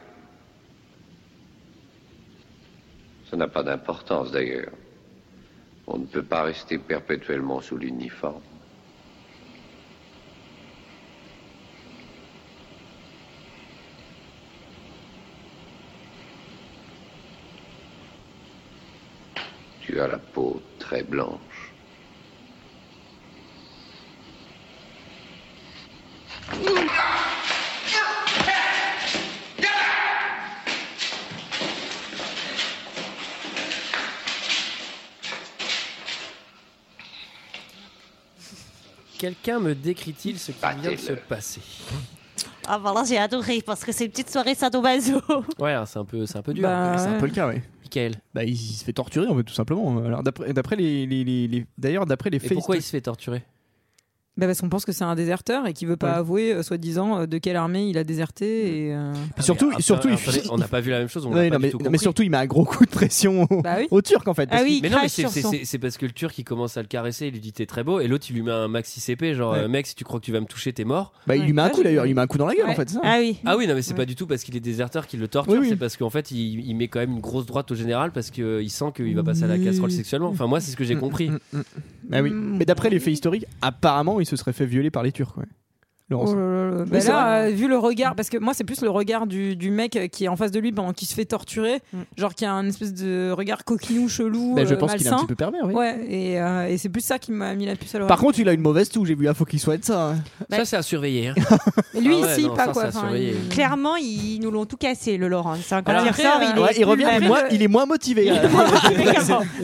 Ça n'a pas d'importance d'ailleurs. On ne peut pas rester perpétuellement sous l'uniforme. Tu as la peau très blanche.
Quelqu'un me décrit-il ce qui vient de se passer
Ah, voilà, j'ai adoré parce que c'est une petite soirée sadomaso.
Ouais, hein, c'est un peu, c'est un peu dur.
Bah,
C'est un peu le cas, oui.
Michael.
Bah, il, il se fait torturer, en fait, tout simplement. Alors, d'après d'après les, les- les- les- d'ailleurs, d'après les
Et
faits
pourquoi il
historiques-
se fait torturer
Bah, parce qu'on pense que c'est un déserteur et qu'il veut pas
Ouais.
avouer, euh, soi-disant, euh, de quelle armée il a déserté. Et, euh,
Puis surtout,
Ah,
surtout,
attends,
il-
attendez, on n'a pas vu la même chose. On l'a pas
Ouais, non,
du
mais,
tout
non, mais
compris.
surtout, il met un gros coup de pression
Bah
au, au Turc, en fait.
Ah
Ah
parce qu'il-
mais non, mais c'est- c'est- c'est c'est parce que le Turc il commence à le caresser, il lui dit t'es très beau, et l'autre il lui met un maxi CP, genre
Ouais.
euh, mec, si tu crois que tu vas me toucher, t'es mort.
Bah, il lui met un coup d'ailleurs, il lui met un coup dans la gueule en fait. c'est ça.
Ah oui, non, mais c'est pas du tout parce qu'il est déserteur qu'il le torture,
Oui, oui.
c'est parce qu'en fait il, il met quand même une grosse droite au général parce qu'il sent qu'il va passer à la casserole sexuellement. Enfin, moi, c'est ce que j'ai compris.
Ah oui. Mais d'après les faits historiques, apparemment il se serait fait violer par les Turcs. Ouais. Laurence.
Oh là là là.
Oui,
Bah
c'est
là,
vrai.
euh, vu le regard, parce que moi, c'est plus le regard du, du mec qui est en face de lui, pendant qui se fait torturer,
Mm.
genre qui a un espèce de regard coquinou, chelou,
Bah, je
euh,
pense qu'il est un
malsain.
petit peu pervers, oui.
Ouais, et, euh, et c'est plus ça qui m'a mis la puce à l'oreille.
Par contre, il a une mauvaise toux, j'ai vu, il faut qu'il soigne ça. hein.
Ça, c'est à surveiller. hein.
Mais lui,
Ah ouais,
ici,
non,
pas
ça,
quoi.
c'est à
Enfin,
surveiller.
il-
Clairement, ils nous l'ont tout cassé, le Laurent. C'est un
Alors,
il
après, euh,
ressort, il, est
ouais, il
plus
revient, mais
mal.
moi, il est moins motivé. euh,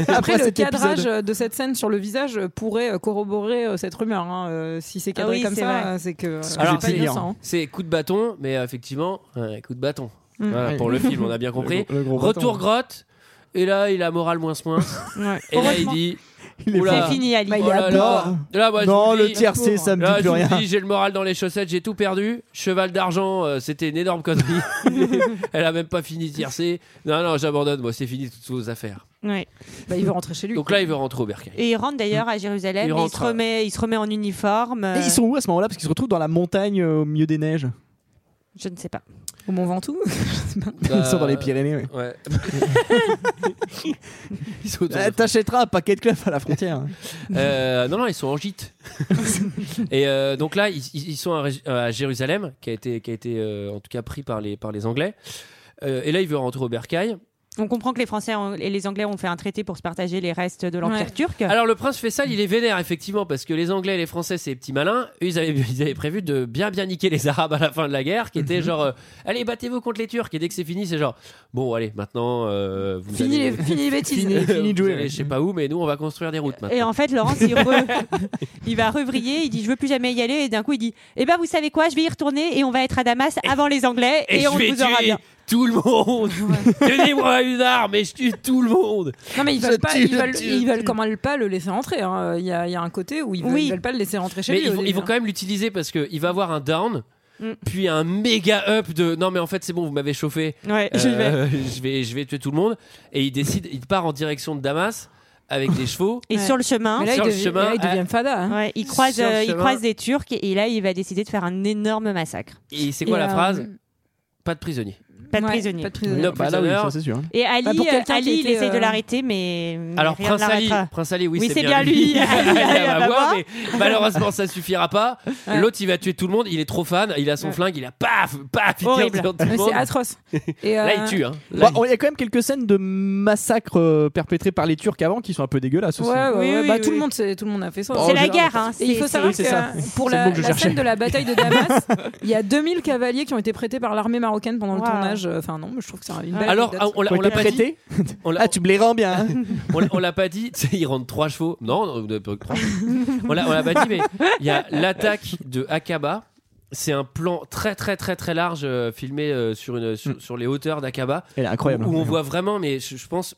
Après, le
cet épisode.
cadrage de cette scène sur le visage pourrait euh, corroborer euh, cette rumeur. hein. Euh, Si c'est cadré
Ah oui,
comme
c'est
ça,
vrai.
euh, c'est hein. que.
Ce que
Alors, hein.
j'ai pu
c'est-
lire.
c'est coup de bâton, mais euh, effectivement, un coup de bâton.
Mm.
Voilà,
Ouais.
Pour le film, on a bien compris.
gros- le gros
Retour
bâton.
grotte, et là, il a moral moins moins.
Ouais.
Et là, il
Heureusement.
dit.
Il est
Oula.
C'est fini, Ali.
Bah, Ah,
Oh là là. Là, moi, je
Non,
vous
le
dis-
tiercé, ça me
Là,
dit
je
plus
vous
rien.
dis, j'ai le moral dans les chaussettes, j'ai tout perdu. Cheval d'argent, euh, c'était une énorme connerie. Elle a même pas fini de tiercer. Non, non, j'abandonne, moi, c'est fini toutes vos affaires.
Ouais.
Bah, il veut rentrer chez lui.
Donc là, il veut rentrer au bercail.
Et il rentre d'ailleurs à Jérusalem,
Il
et il,
rentre,
se remet, il se remet en uniforme. euh,
Et ils sont où à ce moment-là Parce qu'ils se retrouvent dans la montagne euh, au milieu des neiges.
euh, Je ne sais pas.
Au Mont Ventoux
Bah,
Ils sont dans les Pyrénées. ouais.
Ouais. Ils sont autour de-
Euh, T'achèteras un paquet de clefs à la frontière.
Euh, non, non, ils sont en gîte. et euh, donc là, ils, ils- ils sont à, Ré- euh, à Jérusalem, qui a été, qui a été euh, en tout cas pris par les, par les Anglais. Euh, et là, il veut rentrer au bercail.
On comprend que les Français ont- et les Anglais ont fait un traité pour se partager les restes de l'Empire
Ouais.
turc.
Alors, le prince Faisal, il est vénère, effectivement, parce que les Anglais et les Français, c'est les petits malins. Eux, Ils avaient, ils avaient prévu de bien, bien niquer les Arabes à la fin de la guerre, qui était genre, euh, allez, battez-vous contre les Turcs. Et dès que c'est fini, c'est genre, bon, allez, maintenant, euh, vous
Fini
allez-
les, fini les bêtises.
Fini- fini de jouer,
vous allez
ouais.
je sais pas où, mais nous, on va construire des routes maintenant.
Et en fait, Laurence, il, re- il va revriller, il dit Je veux plus jamais y aller. Et d'un coup, il dit Eh ben, vous savez quoi, je vais y retourner et on va être à Damas avant les Anglais et,
je
on
vais
vous aura
tuer
bien.
tout le monde. Tenez-moi une arme et je tue tout le monde.
Non mais ils
Je
veulent pas,
tue,
ils
je
veulent,
tue, je
ils veulent
tue.
quand même pas le laisser rentrer. hein. Il y, a, il y a un côté où ils veulent,
Oui.
ils veulent pas le laisser rentrer chez
Mais
lui.
ils
au
vont,
début,
ils vont
hein.
quand même l'utiliser parce qu'il va avoir un down,
Mm.
puis un méga up de non, mais en fait, c'est bon, vous m'avez chauffé.
Ouais,
Euh,
je vais.
je, vais, je vais tuer tout le monde. Et il décide, il part en direction de Damas avec des chevaux.
Et
Ouais.
sur le chemin,
Mais là,
sur
ils
le
devi-
chemin,
là, ils
à-
deviennent fada. hein.
ouais, il, croise,
Sur le
euh, il
chemin.
croise des Turcs et, et là, il va décider de faire un énorme massacre.
Et c'est quoi
Et,
la
euh,
phrase Pas de prisonnier.
Pas de
Ouais,
prisonnier.
pas de prisonnier.
No
Bah là, oui,
prisoner.
ça, c'est sûr.
Et Ali,
Bah, pour
euh,
quelqu'un
Ali
qui
il
était,
essaye de
euh,
l'arrêter, mais. mais
Alors
rien ne
Prince Ali,
l'arrêtera.
Prince Ali, oui,
Oui,
c'est
c'est
bien
bien
lui.
lui. Ali,
Il
Ali,
va
va
voir,
voir.
mais malheureusement ça suffira pas. L'autre il va tuer tout le monde. Il est trop fan. Il a son flingue. Il a paf, paf, il tire
Horrible.
sur tout le
Mais
monde.
C'est atroce. Et,
Là
euh,
il tue. Hein. Là,
Bah, Il y a quand même quelques scènes de massacres euh, perpétrés par les Turcs avant qui sont un peu dégueulasses
Ouais,
aussi.
ouais,
Oui,
ouais,
oui,
bah,
oui,
tout, le
oui.
monde, c'est, tout le monde a fait
Oh,
ça.
C'est la guerre, hein.
Et il faut
c'est-
savoir
c'est-
que
oui, c'est ça.
pour
C'est le
la,
mot que je
la
cherchais.
scène de la bataille de Damas, il y a 2000 cavaliers qui ont été prêtés par l'armée marocaine pendant
Wow.
le tournage. Enfin, non, mais je trouve que c'est une belle
Alors ah,
anecdote.
on l'a- on l'a pas dit. On l'a-
Ah, tu me les rends bien. hein.
on l'a- on l'a pas dit. Tu sais, Il rentre trois chevaux. Non, non, de- de- trois. on l'a on l'a pas dit. Mais il y a l'attaque de Akaba. C'est un plan très très très très large euh, filmé euh, sur, une, sur, sur les hauteurs d'Akaba.
Elle est incroyable.
Où on voit vraiment, mais je, je pense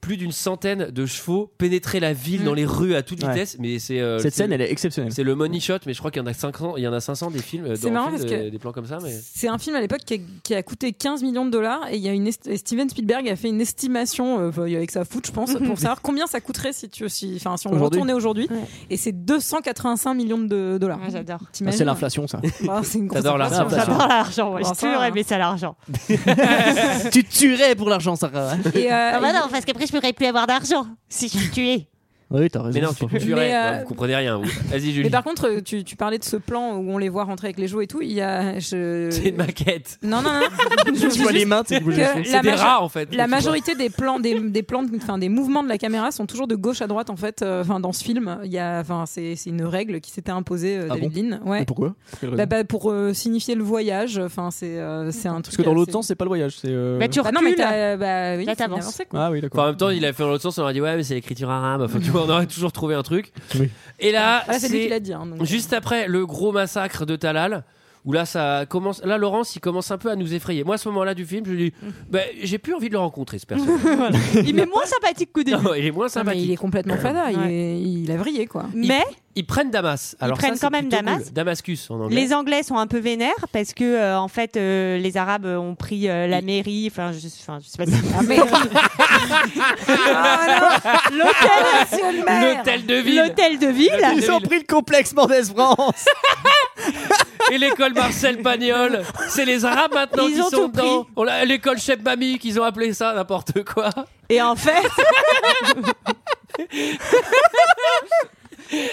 plus d'une centaine de chevaux pénétrer la ville
Mm.
dans les rues à toute
Ouais.
vitesse. Mais c'est euh,
Cette
c'est-
scène, elle est exceptionnelle.
C'est le money shot, mais je crois qu'il y en a 500, il y en a 500 des films, euh,
C'est
dans le
marrant
film,
parce
des,
que-
des plans comme ça. Mais
C'est un film à l'époque qui, a- qui a coûté 15 millions de dollars et il y a une est- et Steven Spielberg a fait une estimation euh, enfin, avec sa foot je pense pour savoir combien ça coûterait si tu si enfin si on le
Aujourd'hui.
retournait aujourd'hui
Ouais.
et c'est 285 millions de dollars.
Ouais, J'adore.
Ah,
T'imagines
c'est l'inflation, ça.
Bah, c'est une grosse
T'adores l'argent.
inflation.
Inflation.
J'adore l'argent, ouais.
Bon,
je
ça,
tuerais,
hein.
mais c'est l'argent.
tu tuerais pour l'argent, Sarah.
Et, euh,
Ah bah non, parce qu'après, je pourrais plus avoir d'argent si je suis tué.
Oui, t'as raison.
mais non, tu,
c'est pas faux.
tu tuerais,
Mais, euh,
bah, vous comprenez rien. vous. Vas-y
Mais
Julie,
par contre, euh, tu, tu parlais de ce plan où on les voit rentrer avec les jouets et tout. Il y a. je-
c'est une maquette.
Non, non, non. Je
Tu
dis
vois les
juste
mains, tu sais, qui bougent.
que
C'est
la,
des
majo-
rats en fait.
la majorité des plans, des, des plans, de- enfin des mouvements de la caméra sont toujours de gauche à droite en fait. euh, Enfin, dans ce film, il y a, enfin, c'est c'est une règle qui s'était imposée. euh,
Ah
David
bon
Lean. ouais.
Mais Pourquoi
Bah, bah, pour euh, signifier le voyage. Enfin, c'est euh, c'est un truc.
Parce que dans l'autre
assez-
sens, c'est pas le voyage. c'est, euh,
Bah, tu
Bah non, mais
recules.
t'as- bah,
Là,
oui, faut bien
t'avances.
avancer, quoi.
Ah oui,
Enfin, en
d'accord.
même temps, il a fait dans l'autre sens, on leur a dit ouais, mais c'est l'écriture arabe. Enfin, tu vois, on aurait toujours trouvé un truc.
Oui.
Et là,
Ah, là, c'est lui qui l'a
c'est
dit. hein, donc.
juste après le gros massacre de Talal. Où là, ça commence. Là, Laurence, il commence un peu à nous effrayer. Moi, à ce moment-là du film, je lui dis bah, j'ai plus envie de le rencontrer, ce personnage.
Il m'est moins sympathique qu'au début.
Non, il est moins
Ah, mais
sympathique.
il est complètement fada. il
Ouais.
est- Il a vrillé quoi.
Mais
Ils prennent Damas. Alors,
prennent
ça,
quand
c'est
même
plutôt cool.
Damas.
Damascus en anglais.
les Anglais sont un peu vénères parce que euh, en fait euh, les Arabes ont pris euh, la mairie, enfin je, enfin, je sais pas. si-
Ah,
L'hôtel,
L'hôtel de ville.
L'hôtel de ville.
Ils ont pris le complexe Mendès France.
Et l'école Marcel Pagnol, c'est les Arabes maintenant
Ils
qui
ont
sont
tout pris.
dedans. On l'a- L'école Chef Mami, qu'ils ont appelé ça, n'importe quoi.
Et en fait.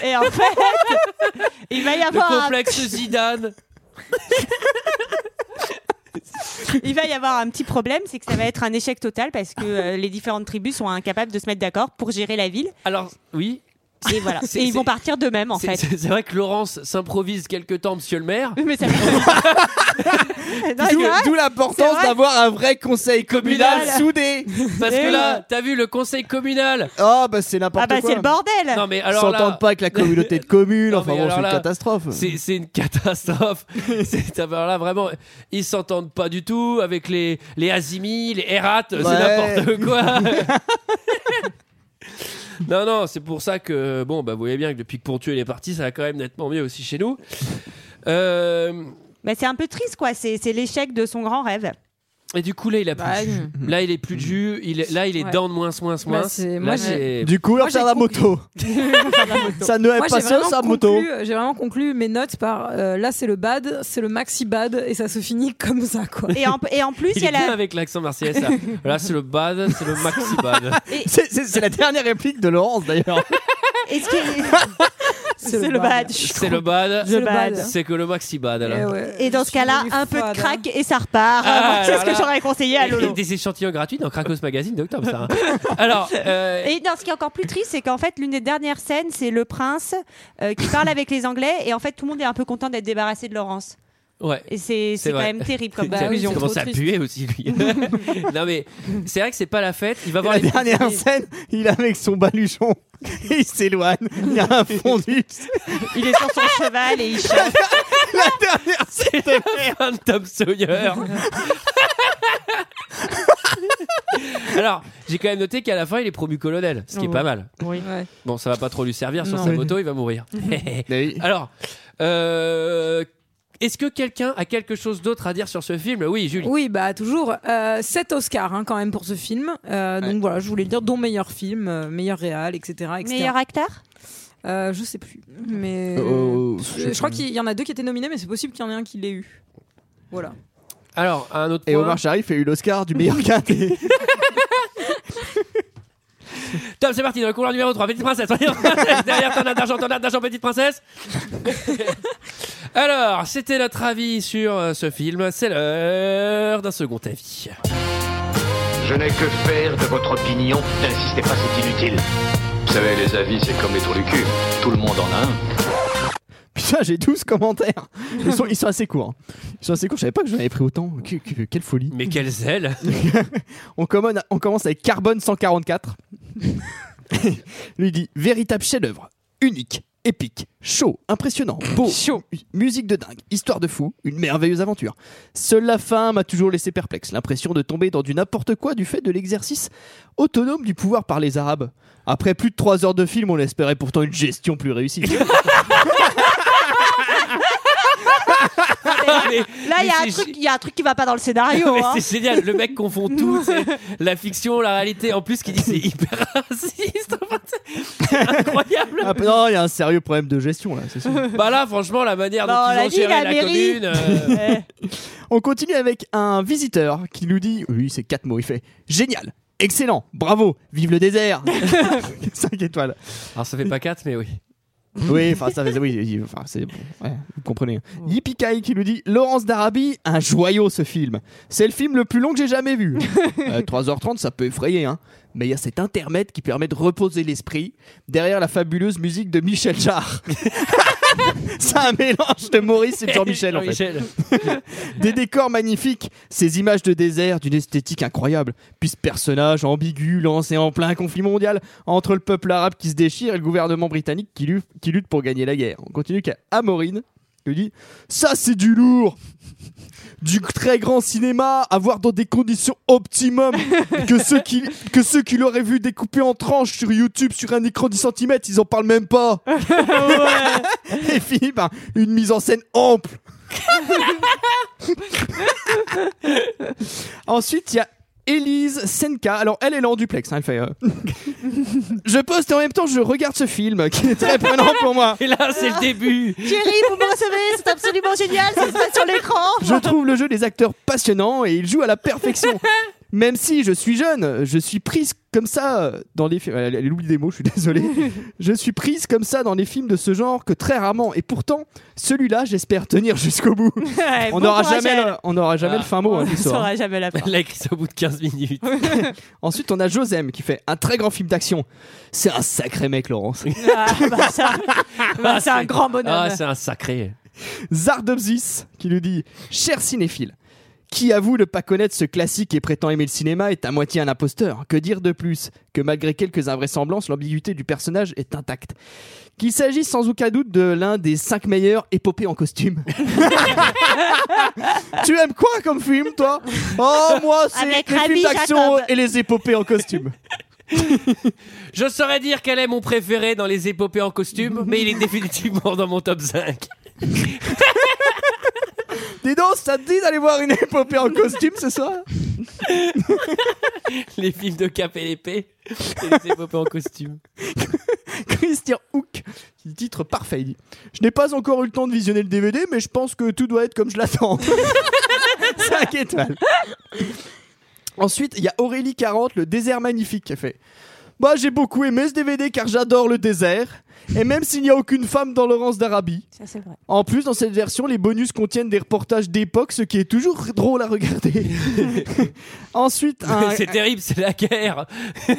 Et en fait, il va y
Le
avoir, un,
complexe Zidane.
il va y avoir un petit problème, c'est que ça va être un échec total parce que euh, les différentes tribus sont incapables de se mettre d'accord pour gérer la ville.
Alors, oui.
Et voilà.
C'est-
Et ils vont
c'est-
partir d'eux-mêmes en
c'est-
fait.
C'est c'est vrai que Laurence s'improvise quelque temps, monsieur le maire.
Mais ça- Non, c'est
D'où
vrai.
d'où l'importance
vrai.
d'avoir un vrai conseil communal
Communal.
soudé.
Parce
Et
que
Eh oui.
là, t'as vu le conseil communal.
Ah bah c'est n'importe
Ah bah
quoi.
c'est le bordel.
Non, mais
Ils
alors là.
s'entendent pas avec la communauté de communes.
Non,
enfin
mais
bon,
alors
c'est une
là,
catastrophe.
C'est c'est une catastrophe. C'est- alors là, vraiment, ils s'entendent pas du tout avec les, les Azimi, les Herat, c'est
Ouais.
n'importe quoi. non, non, c'est pour ça que, bon, bah, vous voyez bien que depuis que Pontieu il est parti, ça va quand même nettement mieux aussi chez nous. Euh,
Bah, c'est un peu triste quoi. C'est c'est l'échec de son grand rêve.
et du coup, là, il a plus
Bah,
de jus. Là, il est plus de jus. Il est- là, il est
Ouais.
down moins, moins, moins.
Bah, c'est-
Là,
moi,
c'est-
Du coup, là,
Moi,
faire
j'ai
la
compris.
moto. Ça ne
Moi,
est
j'ai
pas ça,
vraiment,
sa moto.
conclu- j'ai vraiment conclu mes notes par euh, là, c'est le bad, c'est le maxi bad, et ça se finit comme ça, quoi.
Et en, et en plus,
Il
il
est
y a
bien
la.
avec l'accent marseillais, ça. Là, c'est le bad, c'est le maxi bad.
C'est- C'est c'est la dernière réplique de Laurence d'ailleurs.
et ce qui est- C'est le bad.
C'est le bad.
C'est le bad.
C'est que le maxi bad, alors.
Eh ouais.
Et dans ce
Je suis
cas-là,
devenue
un peu de
froide,
crack et ça repart.
Ah,
Moi, c'est
alors
ce que
là.
j'aurais conseillé à
Et-
Lolo.
Et des échantillons gratuits dans Krakos Magazine d'octobre, ça. hein. Alors, euh,
Et non, ce qui est encore plus triste, c'est qu'en fait, l'une des dernières scènes, c'est le prince euh, qui parle avec les Anglais et en fait, tout le monde est un peu content d'être débarrassé de Laurence.
ouais.
Et c'est c'est quand
vrai.
même terrible comme
Bah
Ça- il
oui, c'est
commence
trop
à
triste.
puer aussi, lui. non, mais c'est vrai que c'est pas la fête. Il va voir
La
les.
dernière scène, il est avec son baluchon. Et il s'éloigne. Il y a un fondu.
Il est sur son cheval et il chante.
La dernière scène.
C'était la fin de Tom Sawyer. Alors, j'ai quand même noté qu'à la fin, il est promu colonel, ce qui est
Ouais.
pas mal.
hein. Ouais.
Bon, ça va pas trop lui servir sur
Non.
sa
Oui.
moto, il va mourir. Alors, euh, est-ce que quelqu'un a quelque chose d'autre à dire sur ce film Oui, Julie.
Oui, bah toujours. Euh, 7 Oscars hein, quand même pour ce film. Euh, Donc voilà, je voulais le dire, dont meilleur film, euh, meilleur réal, etc. etc.
Meilleur acteur
Euh, je sais plus. Mais.
Oh,
je, je crois qu'il y en a deux qui étaient nominés, mais c'est possible qu'il y en ait un qui l'ait eu. Voilà.
Alors, un autre
Et
point.
Omar Sharif a eu l'Oscar du meilleur caté.
Tom, c'est parti dans le couloir numéro 3. Petite princesse, petite princesse. Derrière, tornade d'argent, tornade d'argent, petite princesse. Alors, c'était notre avis sur euh, ce film. C'est l'heure d'un second avis.
Je n'ai que faire de votre opinion. N'insistez pas, c'est inutile. Vous savez, les avis, c'est comme les trous du cul. Tout le monde en a un.
Putain, j'ai 12 commentaires. Ils sont, ils sont assez courts. hein. Ils sont assez courts. Je savais pas que j'en avais pris autant. Que- que- quelle folie.
Mais quel zèle.
on, commone- on commence avec Carbone 144. Lui il dit Véritable chef-d'œuvre. Unique, épique, chaud, impressionnant, beau. Chaud. Musique de dingue, histoire de fou, une merveilleuse aventure. Seule la fin m'a toujours laissé perplexe. L'impression de tomber dans du n'importe quoi du fait de l'exercice autonome du pouvoir par les Arabes. Après plus de 3 heures de film, on espérait pourtant une gestion plus réussie.
Là, il y, a
mais
un
c'est
truc- il y a un truc qui va pas dans le scénario.
Mais
hein.
C'est génial, le mec confond tout, tu sais, la fiction, la réalité. En plus, qui dit c'est hyper raciste. Enfin, c'est- c'est incroyable.
Ah, non, il y a un sérieux problème de gestion là, c'est sûr.
Bah là, franchement, la manière dont
Non,
ils
la
ont
ville,
géré
la
la,
mairie.
commune. euh,
On continue avec un visiteur qui nous dit oui, c'est quatre mots. Il fait génial, excellent, bravo, vive le désert. 5 étoiles.
Alors, ça fait pas 4, mais oui.
Oui, enfin ça, oui, oui, enfin, c'est bon, ouais, vous comprenez. Yipikai qui nous dit Laurence d'Arabie, un joyau ce film. C'est le film le plus long que j'ai jamais vu. Euh, 3h30, ça peut effrayer, hein. Mais il y a cet intermède qui permet de reposer l'esprit derrière la fabuleuse musique de Michel Jarre. C'est un mélange de Maurice et de Jean-Michel en fait.
Jean-Michel.
Des décors magnifiques, ces images de désert d'une esthétique incroyable, puis ce personnage ambigu lancé en plein conflit mondial entre le peuple arabe qui se déchire et le gouvernement britannique qui lutte, qui lutte pour gagner la guerre. On continue qu'à Amorine qui dit Ça c'est du lourd du très grand cinéma à voir dans des conditions optimum que ceux qui que ceux qui l'auraient vu découpé en tranches sur YouTube sur un écran 10 cm ils en parlent même pas et finit par une mise en scène ample Ensuite, il y a Elise Senka. Alors, elle, elle est en duplex. hein, elle fait. euh, je poste et en même temps, je regarde ce film qui est très prenant pour moi.
Et là, c'est le début.
Thierry, vous me recevez, c'est absolument génial, ça se passe sur l'écran.
Je trouve le jeu des acteurs passionnant et ils jouent à la perfection. Même si je suis jeune, je suis prise comme ça euh, dans les films. Elle, elle oublie des mots, je suis désolé. Je suis prise comme ça dans les films de ce genre que très rarement. Et pourtant, celui-là, j'espère tenir jusqu'au bout.
Ouais,
on
Eh, bon
n'aura
courage, Ah,
jamais,
elle.
le- on n'aura jamais le fin mot. hein,
On
ce soir.
saura jamais la fin.
Elle a écrit ça au bout de 15 minutes.
Ensuite, on a Josem qui fait un très grand film d'action. C'est un sacré mec, Laurence.
Ah, bah, ça- bah, c'est un grand bonhomme.
Ah, c'est un sacré.
Zardopsis qui nous dit Cher cinéphile, qui avoue ne pas connaître ce classique et prétend aimer le cinéma est à moitié un imposteur. Que dire de plus Que malgré quelques invraisemblances, l'ambiguïté du personnage est intacte. Qu'il s'agisse sans aucun doute de l'un des cinq meilleurs épopées en costume. tu aimes quoi comme film, toi Oh, moi, c'est les
Avec
films
Rabbi
d'action
Jacob.
et les épopées en costume.
Je saurais dire quel est mon préféré dans les épopées en costume, mais il est définitivement dans mon top 5.
Dis donc, ça te dit d'aller voir une épopée en costume ce soir
Les films de Cap et l'épée et les épopées en costume.
Christian Hook, qui titre parfait, il dit Je n'ai pas encore eu le temps de visionner le DVD, mais je pense que tout doit être comme je l'attends. 5 étoiles. Ensuite, il y a Aurélie 40, Le désert magnifique, qui a fait Bah, j'ai beaucoup aimé ce DVD car j'adore le désert, et même s'il n'y a aucune femme dans Laurence d'Arabie.
Ça, c'est vrai.
En plus, dans cette version, les bonus contiennent des reportages d'époque, ce qui est toujours drôle à regarder. Ensuite,
Ah,
un,
c'est terrible, c'est la guerre. Les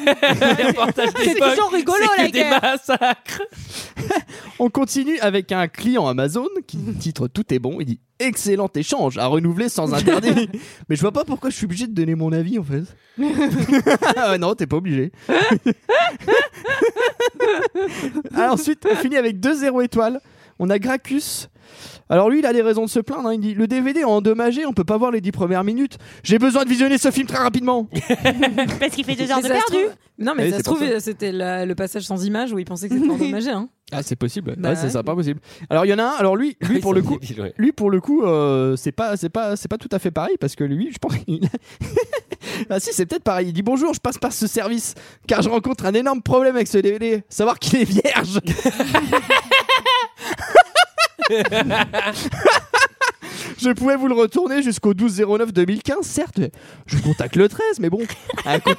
reportages
C'est
d'époque,
toujours rigolo,
c'est que
la
des
guerre.
massacres.
On continue avec un client Amazon qui titre Tout est bon. Il dit Excellent échange à renouveler sans interdit. Mais je vois pas pourquoi je suis obligé de donner mon avis en fait. ah ouais, non, t'es pas obligé. Alors, ensuite, on finit avec 2-0 étoiles. On a Gracchus. Alors lui, il a des raisons de se plaindre. hein. Il dit Le DVD est endommagé, on peut pas voir les 10 premières minutes. J'ai besoin de visionner ce film très rapidement.
Parce qu'il fait deux heures de
Mais ça se
perdu.
trouve- Non, mais
Oui,
ça
c'est
se
pour
trouve,
ça.
euh, c'était la- le passage sans image où ils pensaient que c'était endommagé. Hein.
Ah, c'est possible.
Bah
ouais, ça,
ouais.
c'est pas possible. Alors il y en a un. Alors lui, lui
Oui,
pour
c'est
le coup,
débile, ouais.
lui pour le coup, euh, c'est pas, c'est pas, c'est pas tout à fait pareil parce que lui, je pense. qu'il- ah si, c'est peut-être pareil. Il dit bonjour, je passe par ce service car je rencontre un énorme problème avec ce DVD. Savoir qu'il est vierge. Je pouvais vous le retourner jusqu'au 12-09-2015, certes. Je contacte le 13, mais bon. Ah, à co-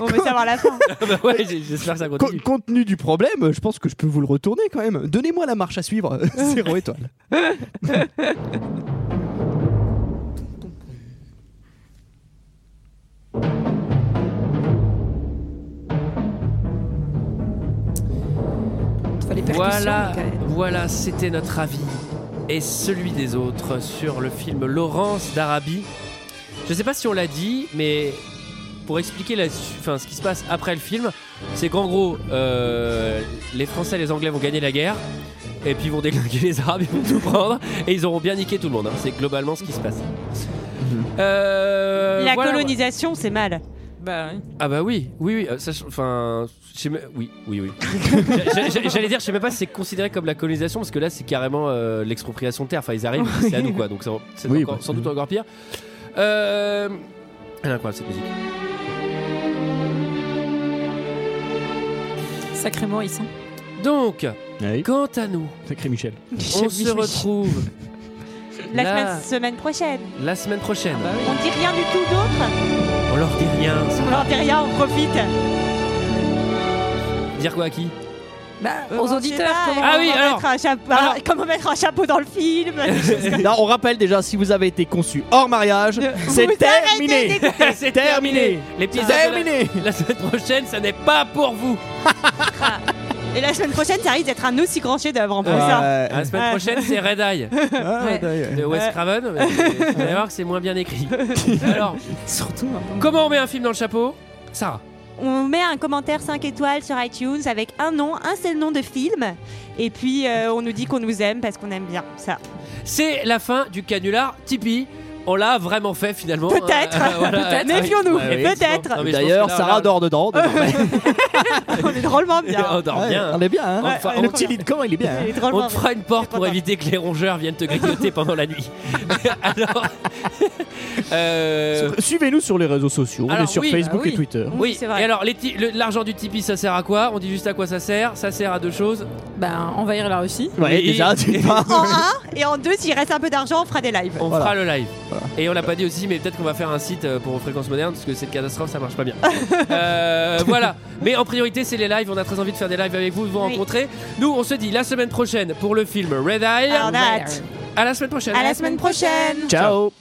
On veut savoir la fin.
Ah bah ouais, j'ai- j'espère que ça
co-
continue.
compte tenu du problème, je pense que je peux vous le retourner quand même. Donnez-moi la marche à suivre. Zéro étoile.
Voilà,
euh,
voilà, c'était notre avis et celui des autres sur le film Laurence d'Arabie. Je sais pas si on l'a dit, mais pour expliquer la, su- enfin, ce qui se passe après le film, c'est qu'en gros, euh, les Français et les Anglais vont gagner la guerre. Et puis ils vont déglinguer les Arabes, ils vont tout prendre et ils auront bien niqué tout le monde. hein. C'est globalement ce qui se passe. Euh,
la
voilà.
colonisation, c'est mal.
Bah,
Ah bah oui, oui, oui. euh, ça, je- Enfin, je sais même- oui, oui, oui. J'a- j'a- J'allais dire, je sais même pas si c'est considéré comme la colonisation parce que là, c'est carrément euh, l'expropriation de terre. Enfin, ils arrivent, c'est à nous quoi. Donc c'est en- c'est
Oui,
encore-
bah,
sans doute encore pire. Euh... Elle est incroyable cette musique.
Sacrément, ils sont.
Donc, quant à nous,
sacré Michel,
on se retrouve
La
là,
semaine, semaine prochaine.
la semaine prochaine.
Ah
On dit rien du tout d'autre.
On leur dit rien. ça.
On leur dit rien, on profite.
Dire quoi à qui
Bah,
Euh,
aux auditeurs, comment,
Ah oui,
on va
alors.
mettre un chapeau, alors, comment mettre un chapeau dans le film des choses comme-
Là, on rappelle déjà, si vous avez été conçu hors mariage, c'est
vous
terminé.
arrêtez d'écouter.
C'est
terminé.
L'épisode
Terminé.
de La, la semaine prochaine, ça n'est pas pour vous.
Et la semaine prochaine, ça risque d'être un aussi grand chef-d'œuvre en plus. hein.
La semaine prochaine, Ah, c'est Red Eye.
Ouais.
de Wes
Ouais.
Craven. mais Vous allez voir que c'est moins bien écrit. Alors,
surtout.
comment on met un film dans le chapeau Sarah.
On met un commentaire 5 étoiles sur iTunes avec un nom, un seul nom de film. Et puis, euh, on nous dit qu'on nous aime parce qu'on aime bien ça.
C'est la fin du canular Tipeee. On l'a vraiment fait finalement.
Peut-être.
Euh, voilà.
Peut-être. Méfions-nous.
Ouais, oui.
Peut-être.
Non, mais je pense
D'ailleurs,
que là,
Sarah
là-
dort dedans.
on est drôlement bien.
On dort
Ouais,
bien.
on est bien, hein.
Enfin,
Ouais,
on-
le petit lit de camp, il est bien. hein.
Il est drôlement
On te fera une porte pour éviter que les rongeurs viennent te grignoter pendant la nuit. Alors, euh,
Suivez-nous sur les réseaux sociaux. on
Alors,
est sur
oui,
Facebook
bah oui.
et Twitter.
oui. Et alors, les ti- le- l'argent du Tipeee, ça sert à quoi On dit juste à quoi ça sert. Ça sert à deux choses.
Ben, envahir la Russie.
Ouais,
Et-
déjà, tu parles.
En un et en deux, s'il reste un peu d'argent, on fera des lives.
On fera le live. Et on l'a pas dit aussi, mais peut-être qu'on va faire un site euh, pour Fréquences Modernes, parce que cette catastrophe, ça marche pas bien. Euh, voilà. Mais en priorité, c'est les lives. On a très envie de faire des lives avec vous, de vous rencontrer. Nous, on se dit la semaine prochaine pour le film Red Eye.
Alors, on a hâte.
À la semaine prochaine.
À la semaine prochaine.
Ciao.